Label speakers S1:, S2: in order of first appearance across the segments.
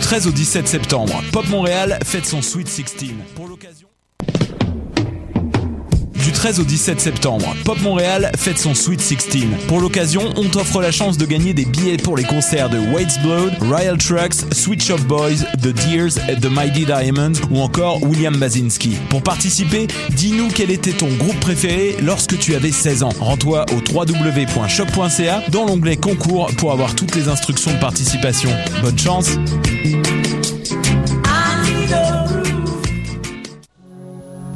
S1: 13 au 17 septembre. Pop Montréal fête son Sweet 16. Pour l'occasion. Du 13 au 17 septembre, Pop Montréal fête son Sweet 16. Pour l'occasion, on t'offre la chance de gagner des billets pour les concerts de Wade's Blood, Royal Trucks, Sweet Shop Boys, The Deers, The Mighty Diamonds ou encore William Basinski. Pour participer, dis-nous quel était ton groupe préféré lorsque tu avais 16 ans. Rends-toi au www.choc.ca dans l'onglet concours pour avoir toutes les instructions de participation. Bonne chance!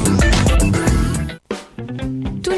S2: Tous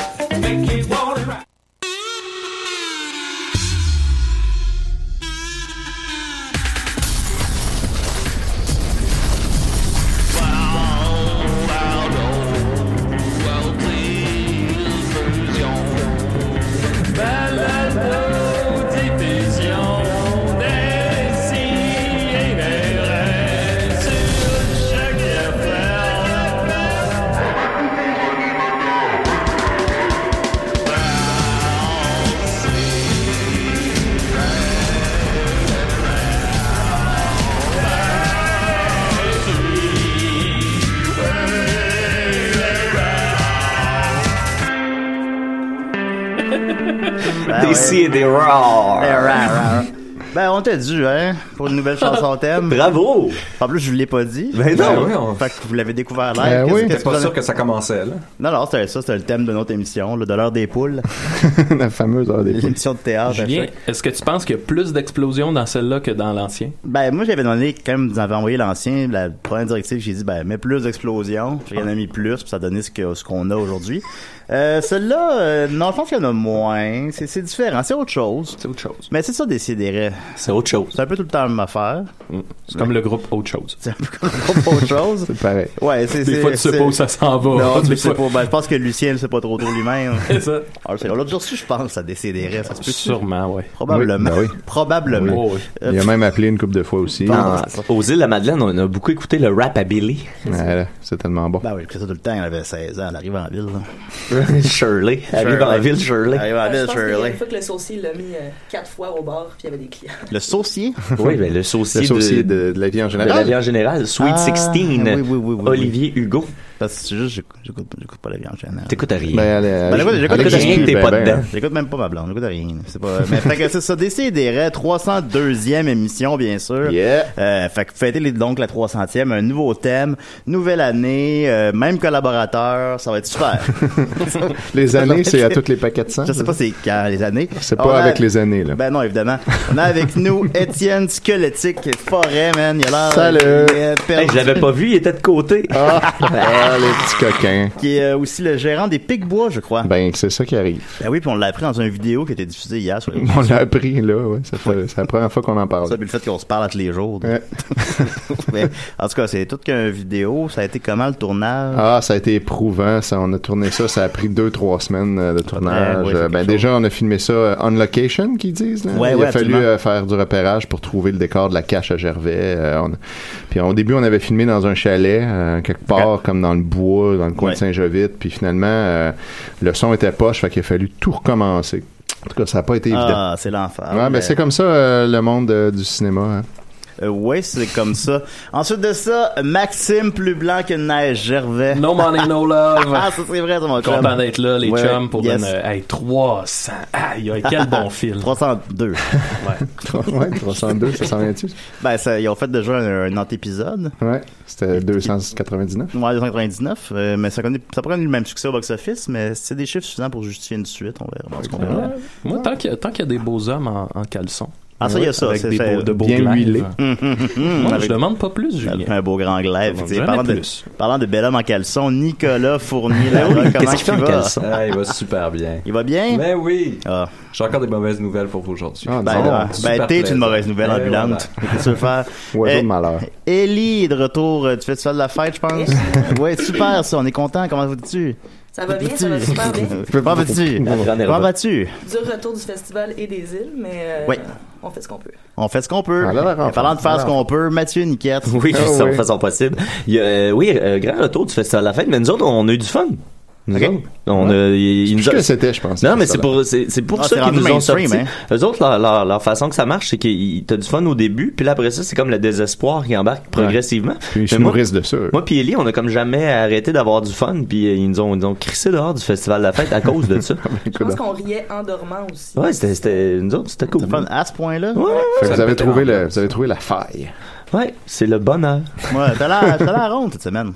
S3: Ah
S4: Ici des raw.
S3: Eh, rah, rah. Ben, on t'a dû, hein, pour une nouvelle chanson thème.
S4: Bravo!
S3: En plus, je vous l'ai pas dit.
S4: Ben non.
S5: Ben oui, on-
S3: Fait que vous l'avez découvert live.
S6: Ben
S3: Qu'est-ce-
S6: oui.
S3: qu'est-ce
S5: T'es
S3: que
S5: pas
S3: vous en-
S5: sûr que ça commençait, là?
S3: Non, non, c'était ça, c'était le thème de notre émission, le de l'heure des poules.
S6: la fameuse heure des poules.
S3: L'émission de théâtre. Ben, à
S7: Julien,
S3: chaque-
S7: est-ce que tu penses qu'il y a plus d'explosions dans celle-là que dans l'ancien?
S3: Ben, moi, j'avais donné, quand vous avez envoyé l'ancien, la première directive, j'ai dit, ben, mets plus d'explosions. Fait qu'il y en a mis plus, puis ça donnait ce que- ce qu'on a aujourd'hui. Euh, celle-là, euh, non, je pense qu'il y en a moins. C'est, c'est différent, c'est autre chose.
S7: C'est autre chose.
S3: Mais c'est ça, décider.
S4: C'est autre chose.
S3: C'est un peu tout le temps la même affaire.
S7: C'est comme le groupe Autre chose.
S3: C'est un peu comme autre chose.
S6: C'est pareil.
S3: Ouais, c'est,
S7: Des
S3: c'est-
S7: fois, tu sais
S3: c'est-
S7: pas où ça s'en va.
S3: Non,
S7: Des
S3: tu le sais
S7: fois-
S3: pas. Ben, je pense que Lucien ne sait pas trop trop lui-même.
S7: C'est ça.
S3: Alors, c'est l'autre jour, si je pense, ça déciderait. Ça se peut
S7: Sûrement, ouais.
S3: Probablement.
S6: Oui, ben oui.
S3: Probablement.
S7: Oh, oui.
S3: Euh,
S6: Il a même appelé une coupe de fois aussi.
S3: Ah,
S4: En- aux îles de la Madeleine, on a beaucoup écouté le rap à Billy.
S6: Ouais, c'est tellement bon.
S3: Ben oui, que ça tout le temps, elle avait 16 ans, elle arrive en ville. là.
S4: Shirley. Elle vit dans la ville,
S3: Elle
S4: Shirley.
S3: arrive en ville, Shirley.
S8: que le saucier l'a mis euh, quatre fois au bar, puis il y avait des clients.
S3: Le saucier.
S4: Oui, ben, le
S6: Le
S4: saucier,
S6: saucier
S4: de,
S6: de,
S4: de,
S6: Ben, de la vie en
S4: la
S6: général.
S4: vie en général. Sweet
S3: Ah,
S4: 16.
S3: oui, oui, oui, oui, oui.
S4: Olivier Hugo.
S3: Parce que juste, j'écoute- j'écoute j'écoute pas la vie en général.
S4: T'écoutes à rien.
S6: Ben, elle,
S3: Ben, j'écoute- j'écoute
S6: existe
S3: rien que
S6: plus,
S4: t'es
S6: ben,
S4: pas
S6: ben,
S4: dedans.
S6: hein.
S3: J'écoute même pas ma blonde, j'écoute rien. C'est pas. Mais fait que c'est ça, déciderait. 302e émission, bien sûr.
S6: Yeah.
S3: Euh, fait que fêtez les, donc la 300e, un nouveau thème, nouvelle année, euh, même collaborateur, ça va être super.
S6: Les années, c'est à toutes les paquets de sang.
S3: Je sais pas c'est quand les années.
S6: Hein? C'est
S3: On
S6: pas
S3: a-
S6: avec les années, là.
S3: Ben non, évidemment. On a avec nous Étienne Squelettique Forêt, man. Il a l'air.
S6: Salut.
S3: il est perdu.
S4: Hey, je l'avais pas vu, il était de côté.
S6: Ah, Ah, les petits coquins.
S3: qui est euh, aussi le gérant des Pic-Bois, je crois. Ben,
S6: Ben, c'est ça qui arrive.
S3: oui, puis on l'a appris dans une vidéo qui a été diffusée hier sur les
S6: On l'a appris, là, ouais. Ça fait, c'est la première fois qu'on en
S3: Ça,
S6: parle.
S3: puis le fait qu'on se parle à tous les jours. donc.
S6: Ouais.
S3: Mais, en tout cas, c'est tout qu'un vidéo. Ça a été comment le tournage?
S6: Ah, ça a été éprouvant. Ça, on a tourné ça. Ça a pris deux, trois semaines euh, de tournage.
S3: ouais, c'est
S6: Euh,
S3: quelque
S6: ben,
S3: chose.
S6: déjà, on a filmé ça euh, on location, qu'ils disent. là.
S3: Ouais,
S6: Il
S3: ouais,
S6: a fallu
S3: absolument.
S6: euh, faire du repérage pour trouver le décor de la cache à Gervais. euh, on- Puis au début, on avait filmé dans un chalet, euh, quelque part, comme dans le bois, dans le coin
S3: Ouais.
S6: de Saint-Jovite. Puis finalement, euh, le son était poche, fait qu'il a fallu tout recommencer. En tout cas, ça n'a pas été évident.
S3: Ah, c'est l'enfer.
S6: ouais, ben, c'est comme ça, euh, le monde euh, du cinéma. hein.
S3: Euh, ouais, c'est comme ça. Ensuite de ça, Maxime plus blanc que neige, Gervais.
S7: No money, no love.
S3: Ah, ça c'est vrai, ça mon chum.
S7: Content d'être là, les
S3: Ouais,
S7: chums, pour
S3: yes.
S7: une. euh, hey, 300. Aïe, aïe, quel bon film.
S3: 302.
S7: Ouais.
S6: ouais, 302, ça s'en vient-tu?
S3: ben, ça, ils ont fait déjà un, un antépisode.
S6: Ouais, c'était 299.
S3: Ouais, 299. euh, mais ça connaît, ça n'a pas connu le même succès au box-office, mais c'est des chiffres suffisants pour justifier une suite. On verra. Bon, ce qu'on verra.
S7: Moi, tant qu'il y a- tant qu'il y a des beaux hommes en, en caleçon.
S3: Ah, ça, il y a ça,
S7: Avec
S3: c'est
S7: des
S3: fait.
S7: beaux, de beaux
S6: Bien
S7: glaives.
S6: huilé.
S3: Hum, hum, hum,
S7: Moi,
S3: avec-
S7: je demande pas plus,
S3: avec
S7: Julien.
S3: un beau grand glaive.
S7: J'en
S3: tu sais.
S7: demande
S3: Parlant de,
S7: plus.
S3: parlant de bel homme en caleçon, Nicolas Fournier, là, comment
S5: Qu'est-ce qu'il fait
S3: tu
S5: en
S3: vas?
S5: caleçon? Ah, il va super bien.
S3: Il va bien?
S5: Ben oui!
S3: Ah.
S5: J'ai encore des mauvaises nouvelles pour vous aujourd'hui.
S6: Ah,
S3: Ben,
S6: Bon,
S3: là,
S5: super
S3: ben t'es
S5: plaisant.
S3: une mauvaise nouvelle
S5: Eh,
S3: ambulante. Qu'est-ce que tu veux faire?
S6: Oiseau
S3: Eh,
S6: de malheur.
S3: Ellie est de retour euh, du festival de la fête, je pense. ouais, super ça, on est content. Comment vas-tu?
S8: Ça va bien, ça va super bien.
S3: Comment vas-tu?
S4: La grande
S3: Comment
S4: Herbe.
S3: vas-tu?
S8: Du retour du festival et des îles, mais euh,
S3: Oui.
S8: on fait ce qu'on peut.
S3: On fait ce qu'on peut.
S6: Ah, là, là,
S3: En parlant de faire
S6: là,
S3: ce qu'on peut, Mathieu Niquette.
S4: Oui,
S6: Ah,
S4: ça,
S6: oui.
S4: de façon possible. Il y a, euh, oui, euh, grand retour du festival de la fête, mais nous autres, on a eu du fun. Nous
S3: Ok.
S4: autres, on a, il- il
S6: Je
S4: nous
S6: sais
S4: a-
S6: que c'était, je pense.
S4: Non, mais
S6: ça,
S4: c'est
S6: là.
S4: pour, c'est, c'est pour
S3: Ah, c'est
S4: ça qu'ils
S3: rendu
S4: nous ont
S3: mainstream, hein.
S4: sortis. Eux autres, leur, leur, leur façon que ça marche, c'est qu'ils t'as du fun au début, puis là, après ça, c'est comme le désespoir qui embarque progressivement.
S6: Puis ils se
S4: Mais moi,
S6: nourrissent de ça.
S4: moi puis Ellie, on a comme jamais arrêté d'avoir du fun, puis euh, ils nous ont, ils nous ont crissé dehors du festival de la fête à cause de ça.
S8: Je pense qu'on riait en dormant aussi.
S4: ouais, c'était, c'était, nous autres, c'était cool.
S3: C'est fun à ce point-là?
S4: Ouais,
S6: Fait que
S5: Ça
S6: vous, avez
S5: me pétait
S6: trouvé
S5: en
S6: le, vous avez trouvé la faille.
S4: ouais, c'est le bonheur.
S3: Ouais, t'as l'air, t'as l'air ronde cette semaine.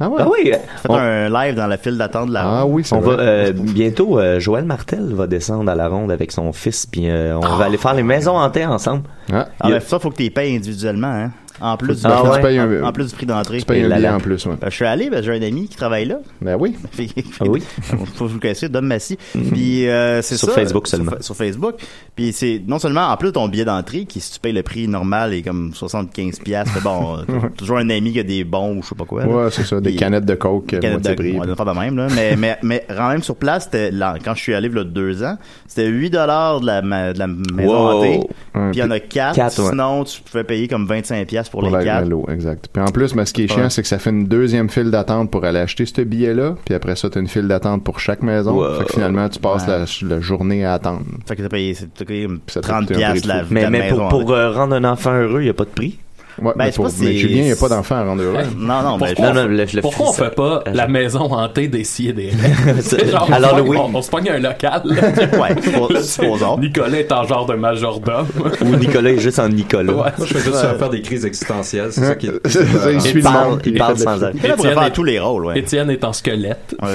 S6: Ah ouais?
S4: Ah oui, euh,
S3: Faites
S4: on-
S3: un live dans la file d'attente de la
S6: Ah
S3: ronde.
S6: oui, c'est
S4: On va
S6: vrai.
S4: euh, bientôt euh, Joël Martel va descendre à la ronde avec son fils puis euh, on va aller faire les maisons hantées ensemble.
S6: Ah,
S3: Ah,
S4: Il y a-
S3: ben, ça, faut que tu les payes individuellement, hein. En plus,
S4: Ah
S3: du,
S4: ouais.
S6: Tu payes un-
S3: en, en plus du prix d'entrée.
S6: tu payes
S4: Et
S6: un
S4: là,
S6: billet
S4: là.
S6: en plus, ouais.
S3: Ben, je suis allé, ben, j'ai un ami qui travaille là.
S6: Ben oui.
S3: Puis-
S4: Ah oui.
S3: Faut que vous le connaissiez, Dom Massy.
S6: Mhm.
S3: Puis euh, c'est
S4: Sur
S3: ça,
S4: Facebook seulement.
S3: Sur, sur Facebook. Puis c'est non seulement en plus ton billet d'entrée qui si tu payes le prix normal est comme 75 pièces, mais bon, t'as toujours un ami qui a des bons ou je sais pas quoi. là.
S6: Ouais, c'est ça. Des
S3: Puis-
S6: canettes de coke,
S3: Des
S6: euh,
S3: canettes
S6: moitié
S3: de-
S6: prix.
S3: on va pas de même là, mais mais mais quand même sur place, c'était là, quand je suis allé il y deux ans, c'était 8 dollars de la ma- de la maison
S4: Wow.
S3: hantée.
S6: Ouais,
S3: Puis il y en a 4,
S4: Quatre, ouais.
S3: sinon tu pouvais payer comme 25 pièces pour,
S6: Pour
S3: les
S6: la
S3: 4.
S6: l'eau, exact. Puis en plus, mais ce qui est chiant,
S3: Ouais.
S6: c'est que ça fait une deuxième file d'attente pour aller acheter ce billet-là. Puis après ça, t'as une file d'attente pour chaque maison.
S4: Wow.
S6: Fait que finalement, tu passes la, la journée à attendre.
S3: Fait que t'as payé, t'as payé comme
S6: Ça t'a
S3: 30
S6: coûté un prix
S3: pièces
S6: de
S3: la,
S6: fou.
S4: Mais,
S3: la
S4: mais
S3: maison
S4: pour,
S3: hantée.
S4: pour euh, rendre un enfant heureux, il n'y a pas de prix.
S6: Ouais,
S3: Ben,
S6: mais,
S3: je
S6: pour,
S3: sais pas
S6: mais
S3: si-
S6: Julien, il n'y a pas d'enfant à rendre heureux.
S3: Non non, mais
S7: Pourquoi
S4: non,
S7: on-
S4: le- le
S7: Pourquoi on
S4: fils-
S7: fait pas la maison hantée des si et des
S4: C'est-
S7: Genre, on
S4: Alors,
S7: se pogne-
S4: oui.
S7: on, on se pogne un local. là.
S3: ouais, suppo- supposons.
S7: Nicolas est en genre de majordome.
S4: Ou Nicolas est juste en Nicolas.
S7: Ouais.
S5: Moi, je fais juste faire des crises existentielles, c'est ça qui est.
S6: Ça, il
S4: Il
S6: suit le
S4: parle,
S6: monde.
S4: il
S6: est
S4: parle
S6: fait de-
S4: sans arrêt.
S3: Là, on pourrait
S7: Étienne
S3: faire
S7: est-
S3: tous les rôles, ouais.
S7: Étienne est en squelette.
S3: Ouais.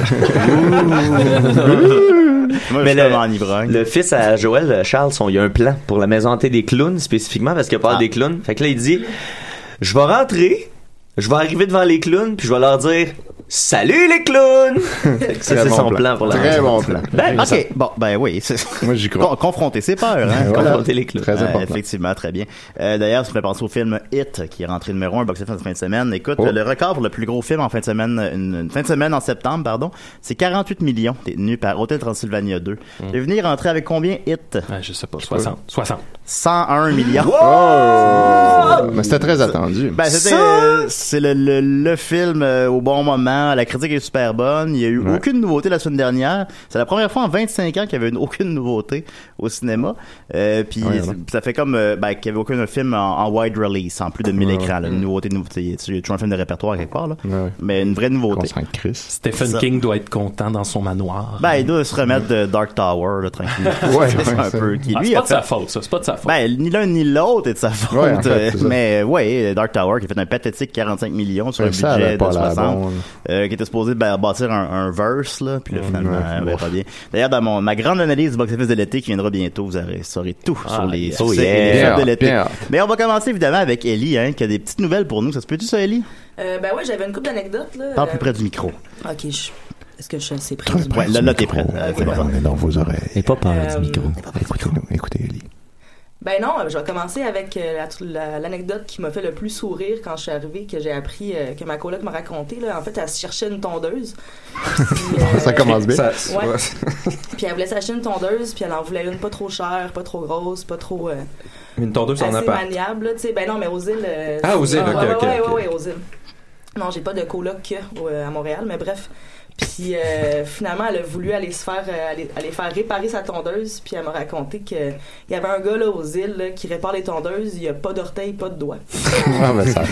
S3: Moi, je
S4: Mais
S3: suis
S4: le-
S3: comme en ivrogne.
S4: Le fils à Joël, euh, Charles, son- il y a un plan pour la maison hantée des clowns, spécifiquement, parce qu'il a peur
S3: Ah.
S4: des clowns. Fait que là, il dit Je vais rentrer, je vais arriver devant les clowns, puis je vais leur dire Salut les clowns Fait que Ça,
S6: Très
S4: c'est
S6: bon
S4: son plan,
S6: plan.
S4: pour la
S6: Très
S4: maison.
S6: bon plan.
S4: Ben,
S3: OK, bon, ben oui. c'est-
S6: Moi, j'y
S3: Con-
S6: crois.
S3: Confronter ses peurs, hein.
S6: Voilà.
S4: Confronter les clowns.
S6: Très
S3: Ouais,
S6: important.
S3: effectivement, très bien. Euh, D'ailleurs, ça me fait penser au film Hit, qui est rentré numéro 1 box-office en fin de semaine. Écoute,
S6: Oh.
S3: le record pour le plus gros film en fin de semaine, une, une fin de semaine en septembre, pardon, c'est 48 millions, détenu par Hôtel Transylvania 2.
S6: Hmm.
S3: Il est venu rentrer avec combien Hit?
S7: Ouais, je sais pas, 60. 60.
S3: 101 millions.
S6: Mais c'était très attendu.
S3: Ben, c'était, euh, c'est le, le, le film euh, au bon moment. La critique est super bonne. Il y a eu
S6: Ouais.
S3: aucune nouveauté la semaine dernière. C'est la première fois en 25 ans qu'il y avait une- aucune nouveauté au cinéma. Euh, puis
S6: Ouais,
S3: c'est-
S6: ouais.
S3: ça fait comme euh, ben, qu'il n'y avait aucun film en, en wide release, en plus de 1000
S6: Ouais,
S3: écrans. là. Une nouveauté, une nouveauté. Il y a toujours un film de répertoire quelque part, là.
S6: Ouais.
S3: mais une vraie
S6: On
S3: nouveauté.
S6: s'en crisse.
S7: Stephen
S3: Ça.
S7: King doit être content dans son manoir.
S3: Ben, il doit se remettre de Dark Tower, là, tranquillement.
S6: Ouais,
S3: c'est
S6: ouais,
S3: un
S6: ça.
S3: peu qui
S7: Ah,
S3: lui
S7: c'est
S3: a
S7: pas de
S3: fait
S7: sa faute, ça. C'est pas de sa faute.
S3: Ben, ni l'un ni l'autre est de sa faute.
S6: Ouais, en fait,
S3: euh,
S6: c'est ça.
S3: mais euh, ouais, Dark Tower qui a fait un pathétique 45 millions sur un
S6: Ça, elle
S3: budget
S6: avait
S3: de
S6: pas l'air
S3: 60.
S6: bon, là.
S3: euh, qui était supposé ba- bâtir un, un verse, là, puis là, finalement, elle va pas bien. D'ailleurs, dans mon, ma grande analyse du box-office de l'été qui viendra bientôt, vous aurez, saurez tout sur les
S6: Oh,
S3: succès
S6: yeah.
S3: et les flops de
S6: Bien,
S3: l'été.
S6: bien.
S3: Mais on va commencer évidemment avec Ellie, hein, qui a des petites nouvelles pour nous. Ça se peut-tu ça, Ellie?
S8: Euh, ben ouais, j'avais une couple d'anecdotes. là.
S3: Parle
S8: Euh,
S3: plus près du micro.
S8: Ok, je... est-ce que je sais pris?
S3: Ouais, là, là, t'es prêt.
S6: Ah,
S3: Euh, c'est bon.
S6: dans vos oreilles.
S9: Et pas peur
S8: Euh,
S9: du micro.
S6: Écoutez-nous, écoutez Ellie.
S8: Ben non, euh, je vais commencer avec euh, la tr- la- l'anecdote qui m'a fait le plus sourire quand je suis arrivée, que j'ai appris, euh, que ma coloc m'a raconté. Là. En fait, elle se cherchait une tondeuse. Puis, euh,
S6: Ça commence bien.
S5: Ça-
S8: Ouais.
S5: ouais.
S8: Puis elle voulait s'acheter une tondeuse, puis elle en voulait une pas trop chère, pas trop grosse, pas trop euh,
S5: Une tondeuse en
S8: assez
S5: appart.
S8: maniable. là, tu sais. Ben non, mais aux îles. euh,
S5: Ah, aux îles,
S8: ouais,
S5: ok,
S8: ouais,
S5: ok,
S8: ouais,
S5: ok.
S8: ouais, ouais, aux îles. Non, j'ai pas de coloc que, euh, à Montréal, mais bref. Puis euh, finalement, elle a voulu aller se faire euh, aller, aller faire réparer sa tondeuse, puis elle m'a raconté que il y avait un gars là aux îles là, qui répare les tondeuses, il a pas d'orteil, pas de doigts.
S6: Ah, ben ça.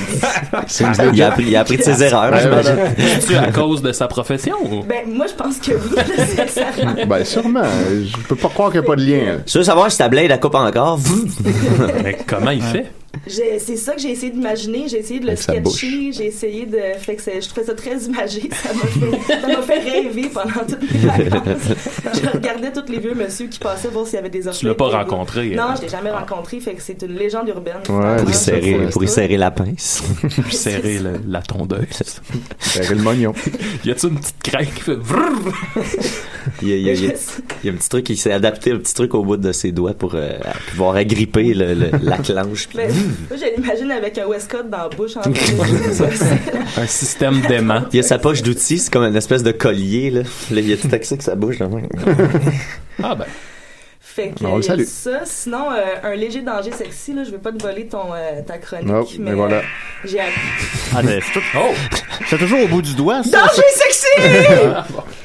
S6: C'est une
S4: Il a, appris- il a appris de ses erreurs,
S6: Ouais,
S4: j'imagine.
S7: C'est à cause de sa profession ou?
S8: Ben moi, je pense que oui, là, c'est ça.
S6: Ben, sûrement. Je peux pas croire qu'il n'y a pas de lien. là.
S4: Tu veux savoir si ta blade, elle coupe encore?
S7: Mais comment il fait?
S8: J'ai- C'est ça que j'ai essayé d'imaginer, j'ai essayé de le
S6: Avec sa
S8: sketcher,
S6: bouche.
S8: j'ai essayé de. Fait que c'est- je trouvais ça très imagé, ça m'a fait, ça m'a fait rêver pendant toutes mes vacances. Je regardais tous les vieux monsieur qui passaient voir s'il y avait des
S7: Tu l'as pas
S8: orteils.
S7: rencontré.
S8: Non,
S7: euh,
S8: je l'ai jamais rencontré, fait que c'est une légende urbaine.
S6: Ouais,
S4: Pour y
S6: Ah,
S4: serrer, pour y serrer la pince.
S7: plus serré la, la tondeuse.
S6: Serrer le mognon.
S7: Y a-tu une petite craque qui fait vrrr?
S4: Il y a, il y a- il y a- il y a un petit truc, il s'est adapté un petit truc au bout de ses doigts pour euh, pouvoir agripper le- le- la clenche. puis-
S8: Mais
S6: Mm.
S8: moi, je l'imagine avec un Westcott dans la bouche en train de-
S7: un système d'aimant?
S4: Il y a sa poche d'outils, c'est comme une espèce de collier, là. Là, il y a tout accès que ça bouge, là.
S7: Ah ben,
S8: Fait que
S6: On
S8: euh,
S6: le
S8: y a
S6: salue.
S8: ça. Sinon, euh, un léger danger sexy, là, je vais pas te voler ton, euh, ta chronique.
S6: Non, mais voilà.
S8: euh, j'ai appris-
S3: Ah, mais c'est tout-
S7: oh!
S3: C'est toujours au bout du doigt, ça.
S8: Danger sexy!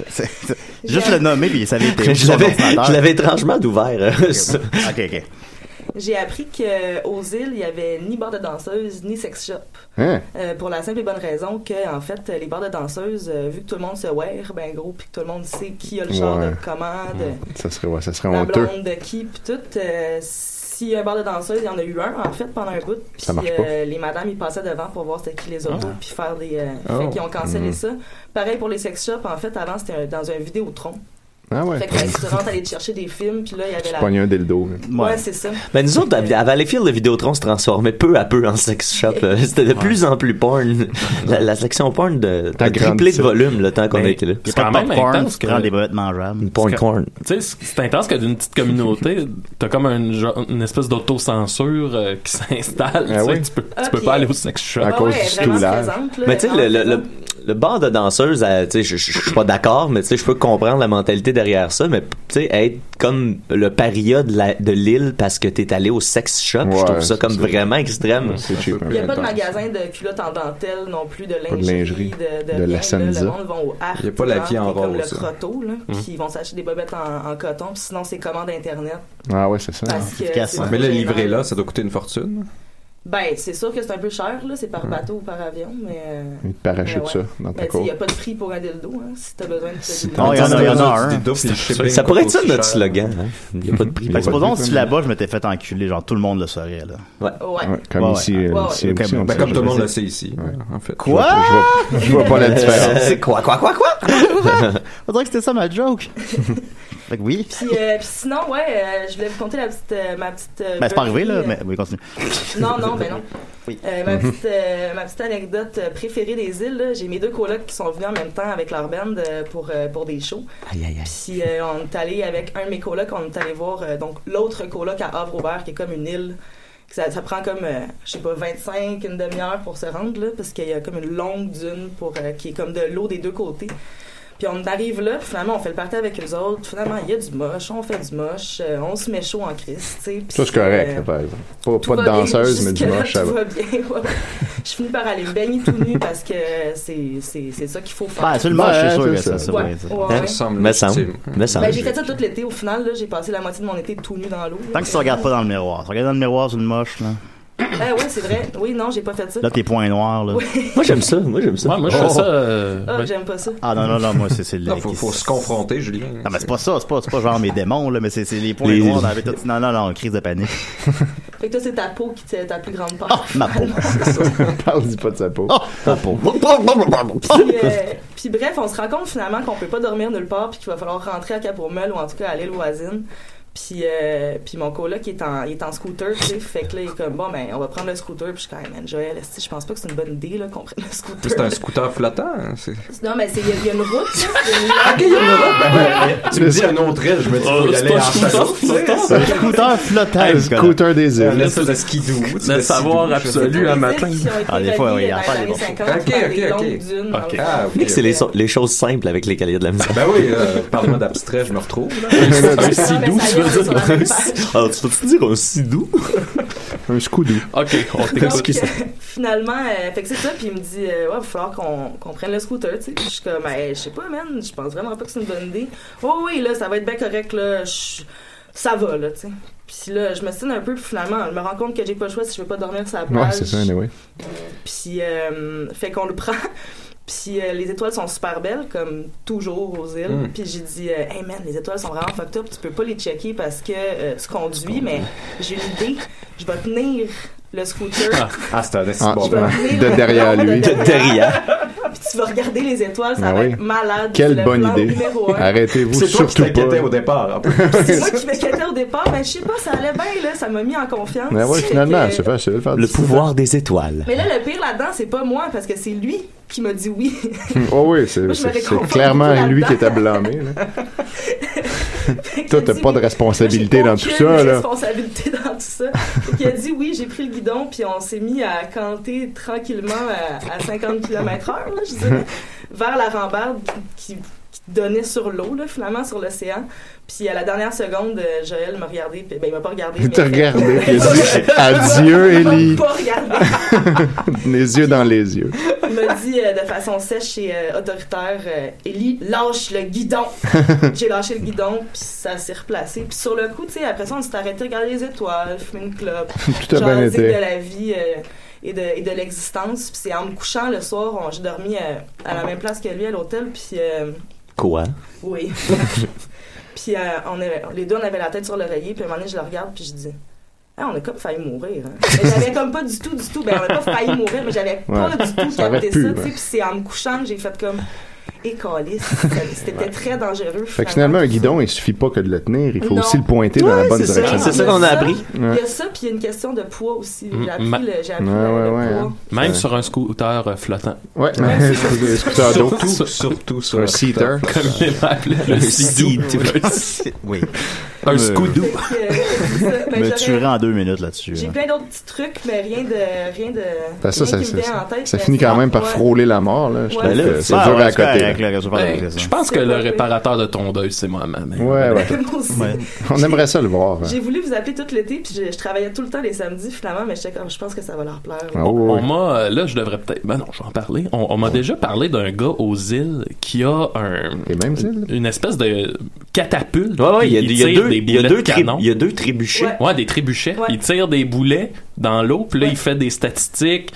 S3: C'est- c'est- Juste le nommer, puis ça avait été.
S4: Je l'avais, je l'avais étrangement d'ouvert. euh, ça.
S3: Ok, ok.
S8: J'ai appris qu'aux îles, il y avait ni bar de danseuse, ni sex shop.
S6: Hein?
S8: Euh, pour la simple et bonne raison que, en fait, les bars de danseuses, euh, vu que tout le monde se wear, ben gros, puis que tout le monde sait qui a le genre
S6: Ouais.
S8: de commande,
S6: Ça serait, ouais, ça serait
S8: la
S6: honteux.
S8: blonde de qui, puis tout. euh, s'il y a un bar de danseuses, il y en a eu un, en fait, pendant un bout. Puis
S6: Ça marche pas. Ah.
S8: euh, les madames, ils passaient devant pour voir c'était qui les autos, puis faire des. euh,
S5: Oh.
S8: Fait qu'ils ont
S6: Mm.
S8: cancellé ça. Pareil pour les sex shops, en fait, avant, c'était un- dans un vidéotron.
S6: Ah ouais.
S8: Fait que ben, tu te rentres aller te chercher des films, puis là, il y avait
S6: Tu
S8: la.
S6: pognes un dildo. là.
S8: Ouais,
S3: Ouais.
S8: c'est ça.
S4: Ben, nous autres, à à Valleyfield, le Vidéotron se transformait peu à peu en sex shop. euh, C'était de plus en plus porn. La, la section porn de, a triplé
S6: Agrandissait.
S4: de volume le temps qu'on
S7: Ben,
S4: a été là.
S3: Il y a
S7: C'est
S3: pas
S7: quand
S3: de
S7: même
S3: popcorn,
S7: intense
S3: tu
S7: que-
S3: prends des boîtes mangeables.
S4: Une porn
S7: que-
S4: corn.
S7: tu sais, c'est intense que d'une petite communauté, t'as comme une, genre- une espèce d'autocensure euh, qui s'installe.
S6: Ah
S7: tu sais,
S6: oui.
S7: tu peux, tu
S8: Ah,
S7: peux
S8: puis-
S7: pas aller au sex shop.
S6: À
S8: Ah
S6: cause
S8: ouais,
S6: du
S8: vraiment
S6: stoulage.
S8: présente, là,
S4: Mais tu sais,
S8: dans
S4: le,
S8: le
S4: le,
S8: film.
S4: le, le bar de danseuse, euh, tu sais, je- je je suis pas d'accord, mais tu sais, je peux comprendre la mentalité derrière ça, mais tu sais, être comme le paria de la- de l'île parce que t'es allé au sex shop, je
S6: Ouais,
S4: trouve ça comme
S6: c'est-
S4: vraiment extrême.
S6: C'est cheap.
S8: Il n'y a pas de
S5: Intense.
S8: magasin de culottes en dentelle non plus, de
S6: de
S8: lingerie,
S6: lingerie,
S8: de,
S6: de
S8: rien,
S6: la
S8: là.
S6: Senza.
S8: Le monde va au Arc,
S5: Y a pas la
S8: genre,
S5: vie en
S8: qui est comme
S5: rose,
S8: le
S5: hein.
S8: croteau, là, puis ils vont s'acheter des bobettes en, en coton, puis sinon c'est commande internet.
S6: Ah ouais, c'est ça.
S8: Parce que
S3: efficace,
S8: c'est
S3: hein.
S8: trop
S5: Mais le
S8: gênant.
S5: livret là, ça doit coûter une fortune.
S8: Ben, c'est sûr que c'est un peu cher, là, c'est par bateau ou par avion, mais. euh,
S6: Il te parachute
S8: Mais ouais.
S6: ça
S8: ben,
S6: dans ta
S8: tu sais, il
S6: cour.
S8: n'y a pas de prix pour un dildo, hein, si t'as besoin de ce
S3: Non, Oh, il y en a, il y en a un. Ben,
S5: Dildo, puis le shipping
S4: Ça pourrait être
S5: coûte
S4: ça
S5: aussi
S4: notre
S5: cher.
S4: slogan. Hein? Il y a pas de prix.
S3: Fait que
S6: Ouais.
S3: supposons si là-bas je m'étais fait enculer, genre tout le monde le saurait là.
S8: Ouais.
S6: Ouais, comme
S3: Ouais,
S6: ici,
S8: Ouais,
S6: euh,
S3: ouais.
S6: ici
S3: ouais.
S6: aussi,
S3: Ok,
S6: on
S3: ben,
S6: dit
S5: Comme
S6: ça,
S5: tout le
S6: je
S5: monde
S6: sais.
S5: le sait ici, en fait.
S3: Quoi?
S6: Je vois- Je vois pas la différence.
S4: C'est quoi, quoi, quoi, quoi?
S3: On dirait que c'était ça ma joke. fait que oui.
S8: Puis, euh, puis sinon, ouais, euh, je voulais vous conter la petite, euh, ma petite. euh,
S3: Ben c'est pas arrivé là,
S8: birthday, euh,
S3: mais oui, continue.
S8: Non, non, ben non.
S3: Oui.
S8: Euh,
S6: Mhm.
S8: ma, petite, euh, ma petite anecdote euh, préférée des îles, là, j'ai mes deux colocs qui sont venus en même temps avec leur band euh, pour, euh, pour des shows.
S4: Aïe, aïe, aïe.
S8: Puis euh, on est allé avec un de mes colocs, on est allé voir euh, donc l'autre coloc à Havre-Aubert qui est comme une île. que Ça, ça prend comme, euh, je sais pas, 25, une demi-heure pour se rendre, là, parce qu'il y a comme une longue dune pour, euh, qui est comme de l'eau des deux côtés. Puis on arrive là, puis finalement, on fait le party avec eux autres. Finalement, il y a du moche, on fait du moche, euh, on se met chaud en crise, tu sais. puis,
S6: Ça, c'est correct,
S8: euh,
S6: là, par exemple. Pas,
S8: tout
S6: pas de
S8: va bien.
S6: danseuse, mais du
S8: Jusque-là,
S6: moche, ça
S8: tout
S6: va.
S8: va bien, ouais. Je finis par aller me baigner tout nu parce que c'est, c'est, c'est ça qu'il faut faire.
S3: Ben c'est le moche,
S6: Ouais,
S3: c'est sûr
S6: c'est
S3: que
S6: ça.
S3: ça. ça,
S8: Ouais,
S3: ouais, ça.
S8: ouais,
S5: Ça
S8: ouais.
S5: me semble.
S4: Me semble.
S5: effectivement.
S4: Me semble.
S8: Ben, j'ai fait ça tout l'été. Au final, là, j'ai passé la moitié de mon été tout nu dans l'eau. là.
S3: Tant que tu te regardes pas dans le miroir. Tu regardes dans le miroir, c'est une moche là.
S8: Ah ouais, c'est vrai. Oui, non, j'ai pas fait ça.
S3: Là, tes points noirs, là.
S4: Moi, j'aime ça. Moi, j'aime ça.
S7: Ouais, moi, je
S5: Oh.
S7: fais ça. euh,
S8: Ah,
S7: ben,
S8: j'aime pas ça.
S3: Ah non, non, non, moi, c'est c'est le.
S5: Non, faut, faut se confronter, Julien.
S3: Non, mais c'est pas ça, c'est pas, c'est pas genre mes démons, là, mais c'est c'est les points
S4: Les-
S3: noirs dans la méthode. Non, non, non, crise de panique.
S8: Fait que toi, c'est ta peau qui t'est ta plus grande part.
S3: Ah, Ma peau.
S6: Parle, dis pas de sa peau.
S3: Oh,
S5: Ah,
S3: ma peau.
S8: Puis, euh, puis bref, on se rend compte finalement qu'on peut pas dormir nulle part puis qu'il va falloir rentrer à Cap-Roumel ou en tout cas à l'île voisine. Puis, euh, puis mon coloc il est en, il est en scooter, tu sais, fait que là, il est comme, bon, ben, on va prendre le scooter, puis je suis quand même, man, Joël, esti, je pense pas que c'est une bonne idée, là, qu'on prenne le scooter.
S5: C'est un scooter flottant. hein, c'est-
S8: Non, mais c'est- il y, a- il y a une route, là, il y a une-
S5: Tu me dis un autre île, je me dis, faut
S7: Ah,
S5: y aller en chaloupe.
S3: Un scooter flottant.
S6: Un
S3: ce gars-là.
S6: scooter des
S5: Un
S6: îles.
S5: espèce de skidoo. tu sais,
S7: Le
S5: de
S7: savoir
S5: skidoo, je sais
S7: absolu
S5: pas.
S7: à
S8: des
S7: matin.
S8: îles qui ont été
S3: Ah, des fois,
S8: reliées
S3: oui,
S8: dans
S3: il en parle,
S8: les années
S3: les bons
S8: 50,
S5: Ok,
S8: par des
S5: ok,
S8: longues
S5: ok.
S8: dunes.
S7: Ok.
S8: dans le-
S5: Ah,
S4: Mais
S5: ok.
S4: que c'est les, so- les choses simples avec lesquelles il y a de la musique.
S5: Ben oui, euh, parle-moi d'abstrait, je me retrouve. là.
S8: Non, mais ça
S7: si doux,
S8: y est,
S7: tu veux
S8: on est
S7: dire.
S8: sur la même page.
S4: Alors, tu peux-tu dire un si doux?
S6: Un scoodoo.
S7: Ok, on
S8: Donc,
S7: t'écoute.
S8: euh, finalement, euh, fait que c'est ça, puis il me dit, euh, ouais, va falloir qu'on qu'on prenne le scooter, tu sais. Puis Je suis comme, Hey, je sais pas, man, je pense vraiment pas que c'est une bonne idée. Oh oui, là, ça va être bien correct, là, je- ça va, là, tu sais. Puis là, je me stine un peu, puis finalement, je me rends compte que j'ai pas le choix si je veux pas dormir sur la plage.
S6: Ouais, c'est ça, anyway.
S8: Puis, euh, fait qu'on le prend. Puis euh, les étoiles sont super belles, comme toujours aux îles.
S5: Mm.
S8: Puis j'ai dit, euh, hey man, les étoiles sont vraiment fucked up, tu peux pas les checker parce que euh, tu conduis, mais j'ai une idée, je vais tenir le scooter.
S5: Ah, c'est un
S6: Ah,
S5: esti bon.
S8: Je vais tenir
S6: de derrière lui.
S8: de derrière,
S4: Derrière.
S8: Puis tu vas regarder les étoiles, ça
S6: Ah
S8: va
S6: oui.
S8: être malade. C'est
S6: Quelle
S8: le
S6: bonne
S8: plan
S6: idée. Ah,
S8: numéro un.
S6: Arrêtez-vous
S5: C'est toi qui
S6: surtout
S5: t'inquiétais au
S6: pas.
S5: départ. en plus.
S8: C'est moi qui m'inquiétais au départ, mais je sais pas, ça allait bien, là, ça m'a mis en confiance.
S6: Mais ouais,
S8: Fait
S6: Ben finalement,
S8: que-
S6: c'est facile. de faire
S4: Le
S6: du-
S4: pouvoir des étoiles.
S8: Mais là, le pire là-dedans, c'est pas moi, parce que c'est lui qui m'a dit oui.
S6: Oh oui, c'est
S8: Moi, je me
S6: c'est-
S8: réconforte
S6: c'est clairement
S8: beaucoup
S6: lui qui
S8: là-dedans.
S6: était blâmé. là.
S8: Fait que
S6: Toi,
S8: j'ai
S6: t'as
S8: dit
S6: pas de
S8: oui.
S6: responsabilité
S8: Moi,
S6: dans
S8: j'ai
S6: tout
S8: aucune
S6: ça, là.
S8: responsabilité dans tout ça. Fait qu'il a dit oui, j'ai pris le guidon, puis on s'est mis à canter tranquillement euh, à, à 50 km/h, là, je dirais, vers la rambarde qui, qui donnait sur l'eau, là, finalement, sur l'océan. Puis à la dernière seconde, euh, Joël m'a regardé, puis- ben il m'a pas regardé.
S6: Il
S8: mais-
S6: t'a regardé. Il a dit Adieu,
S8: Il m'a
S6: Ellie.
S8: pas regardé.
S6: Les yeux dans les yeux.
S8: Il m'a dit euh, de façon sèche et euh, autoritaire euh, Ellie, lâche le guidon. J'ai lâché le guidon, puis ça s'est replacé. Puis sur le coup, tu sais, après ça, on s'est arrêté, regarder les étoiles, fumer une clope,
S6: Tout a bien
S8: jaser de
S6: été.
S8: la vie euh, et de, et de l'existence. Puis c'est en me couchant le soir, on- j'ai dormi euh, à la même place que lui à l'hôtel, puis euh,
S4: Quoi?
S8: oui. puis euh, on avait- les deux, on avait la tête sur l'oreiller, puis à un moment donné, je le regarde, puis je dis. Ah, on a comme failli mourir. hein. Mais j'avais comme pas du tout, du tout. Ben, on a pas failli mourir, mais j'avais pas
S6: Ouais.
S8: du tout
S6: Ça aurait
S8: capté
S6: pu,
S8: ça,
S6: ouais.
S8: tu sais. Puis c'est en me couchant que j'ai fait comme. Et calice. C'était très dangereux.
S6: Fait que finalement, un guidon, il suffit pas que de le tenir. Il faut
S8: Non.
S6: aussi le pointer dans la bonne
S4: c'est ça.
S6: direction.
S4: C'est ça qu'on a appris.
S8: Il y a ça, puis il y a une question de poids aussi.
S7: Mm,
S8: J'ai appris
S7: ma-
S8: le, j'ai appris
S6: Ouais,
S8: le- le
S6: ouais, ouais,
S8: poids.
S6: hein.
S7: Même sur un scooter euh, flottant.
S6: Ouais, mais c'est scooters d'eau.
S5: Surtout, surtout sur
S6: Un seater.
S7: Comme il l'appelait, le sidou.
S3: Oui.
S7: Un
S3: Euh,
S7: scoudou.
S8: Fait que, euh, c'est ça. Ben,
S3: Me
S8: j'aurais-
S3: tuerai en deux minutes là-dessus.
S8: J'ai
S3: là.
S8: plein d'autres petits trucs, mais rien de. Rien de
S6: Ben, ça,
S8: rien qui
S6: ça,
S8: me
S6: ça,
S8: vient en
S6: ça,
S8: tête,
S6: ça
S8: mais
S6: finit quand même par
S8: ouais.
S6: frôler la mort. Là. Je
S8: Ouais.
S6: trouve
S4: Ben là,
S6: que c'est
S3: Ah,
S6: dur
S3: ouais,
S6: à
S3: c'est correct,
S6: côté. là.
S3: là, qu'est-ce que je vais faire avec ça?
S7: Je pense que le réparateur de tondeuse, c'est moi, maman.
S6: Ouais, ouais.
S8: Moi aussi.
S3: Ouais.
S6: On aimerait ça le voir. hein.
S8: J'ai voulu vous appeler tout l'été, puis je, je travaillais tout le temps les samedis finalement, mais j'étais comme, je pense que ça va leur plaire.
S6: Ah, oui,
S7: On
S6: oui.
S7: m'a, euh, là, je devrais peut-être, ben non, je vais en parler. On, on m'a déjà parlé d'un gars aux îles qui a un,
S6: Les mêmes îles.
S7: une espèce de catapulte.
S4: Ouais, ouais, il y a,
S7: puis
S4: il y a
S7: tire
S4: deux,
S7: des
S4: il y a
S7: boulets
S4: deux,
S7: de
S4: tri-
S7: canon.
S4: il y a deux trébuchés.
S8: Ouais.
S7: Ouais, des trébuchets.
S8: Ouais.
S7: Il tire des boulets dans l'eau, puis là,
S8: Ouais.
S7: il fait des statistiques. Puis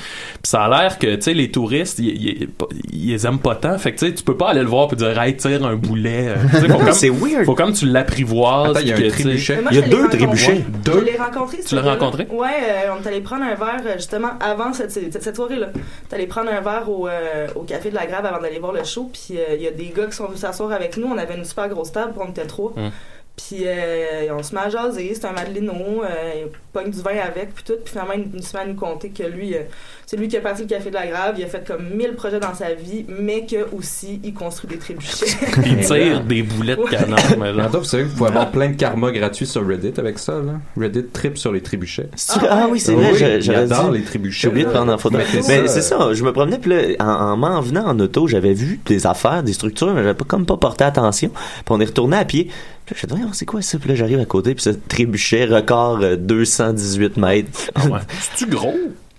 S7: ça a l'air que, tu sais, les touristes, ils- ils ils les aiment pas tant. Fait que, tu sais, tu peux pas aller le voir puis dire, hey, tire un boulet. Euh, tu sais, faut,
S4: Non,
S7: comme,
S4: c'est weird.
S7: faut comme tu l'apprivoises.
S5: Attends, il y a
S7: puis
S5: un
S7: que, tu sais-
S5: trébuchet.
S8: Mais moi,
S4: Il y a
S8: je l'ai
S4: deux
S8: rencontré.
S4: trébuchets.
S8: Je
S5: Deux.
S8: l'ai rencontré. ce
S7: Tu l'as
S8: gars-là.
S7: rencontré?
S8: Ouais, euh, on est allé prendre un verre euh, justement avant cette, cette, cette soirée-là. On est allé prendre un verre au, euh, au café de la Grave avant d'aller voir le show. Puis euh, il y a des gars qui sont venus s'asseoir avec nous. On avait une super grosse table, on était trois.
S7: Mm.
S8: Puis euh, on se met à jaser, c'est un Madelino, euh, il pogne du vin avec, puis tout. Puis finalement, il nous se met à nous compter que lui, euh, c'est lui qui a parti le Café de la Grave, il a fait comme 1000 projets dans sa vie, mais que aussi, il construit des trébuchets.
S7: Il tire des boulets de canon. mais genre.
S5: Attends, vous savez, vous pouvez avoir plein de karma gratuit sur Reddit avec ça, là. Reddit trip sur les trébuchets.
S4: Ah, ah oui, c'est vrai,
S5: Oui,
S4: j'a- j'aurais
S5: j'adore
S4: dû-
S5: les trébuchets.
S4: J'ai oublié de prendre en photo.
S5: Mais c'est
S4: Mais
S5: ça.
S4: c'est ça, je me promenais, puis là, en, en m'en venant en auto, j'avais vu des affaires, des structures, mais j'avais pas, comme pas porté attention. Puis on est retourné à pied. Puis là, je me suis dit, c'est quoi ça? Puis là, j'arrive à côté, puis ça trébuchait, record euh, 218 mètres.
S7: Ouais. C'est-tu gros?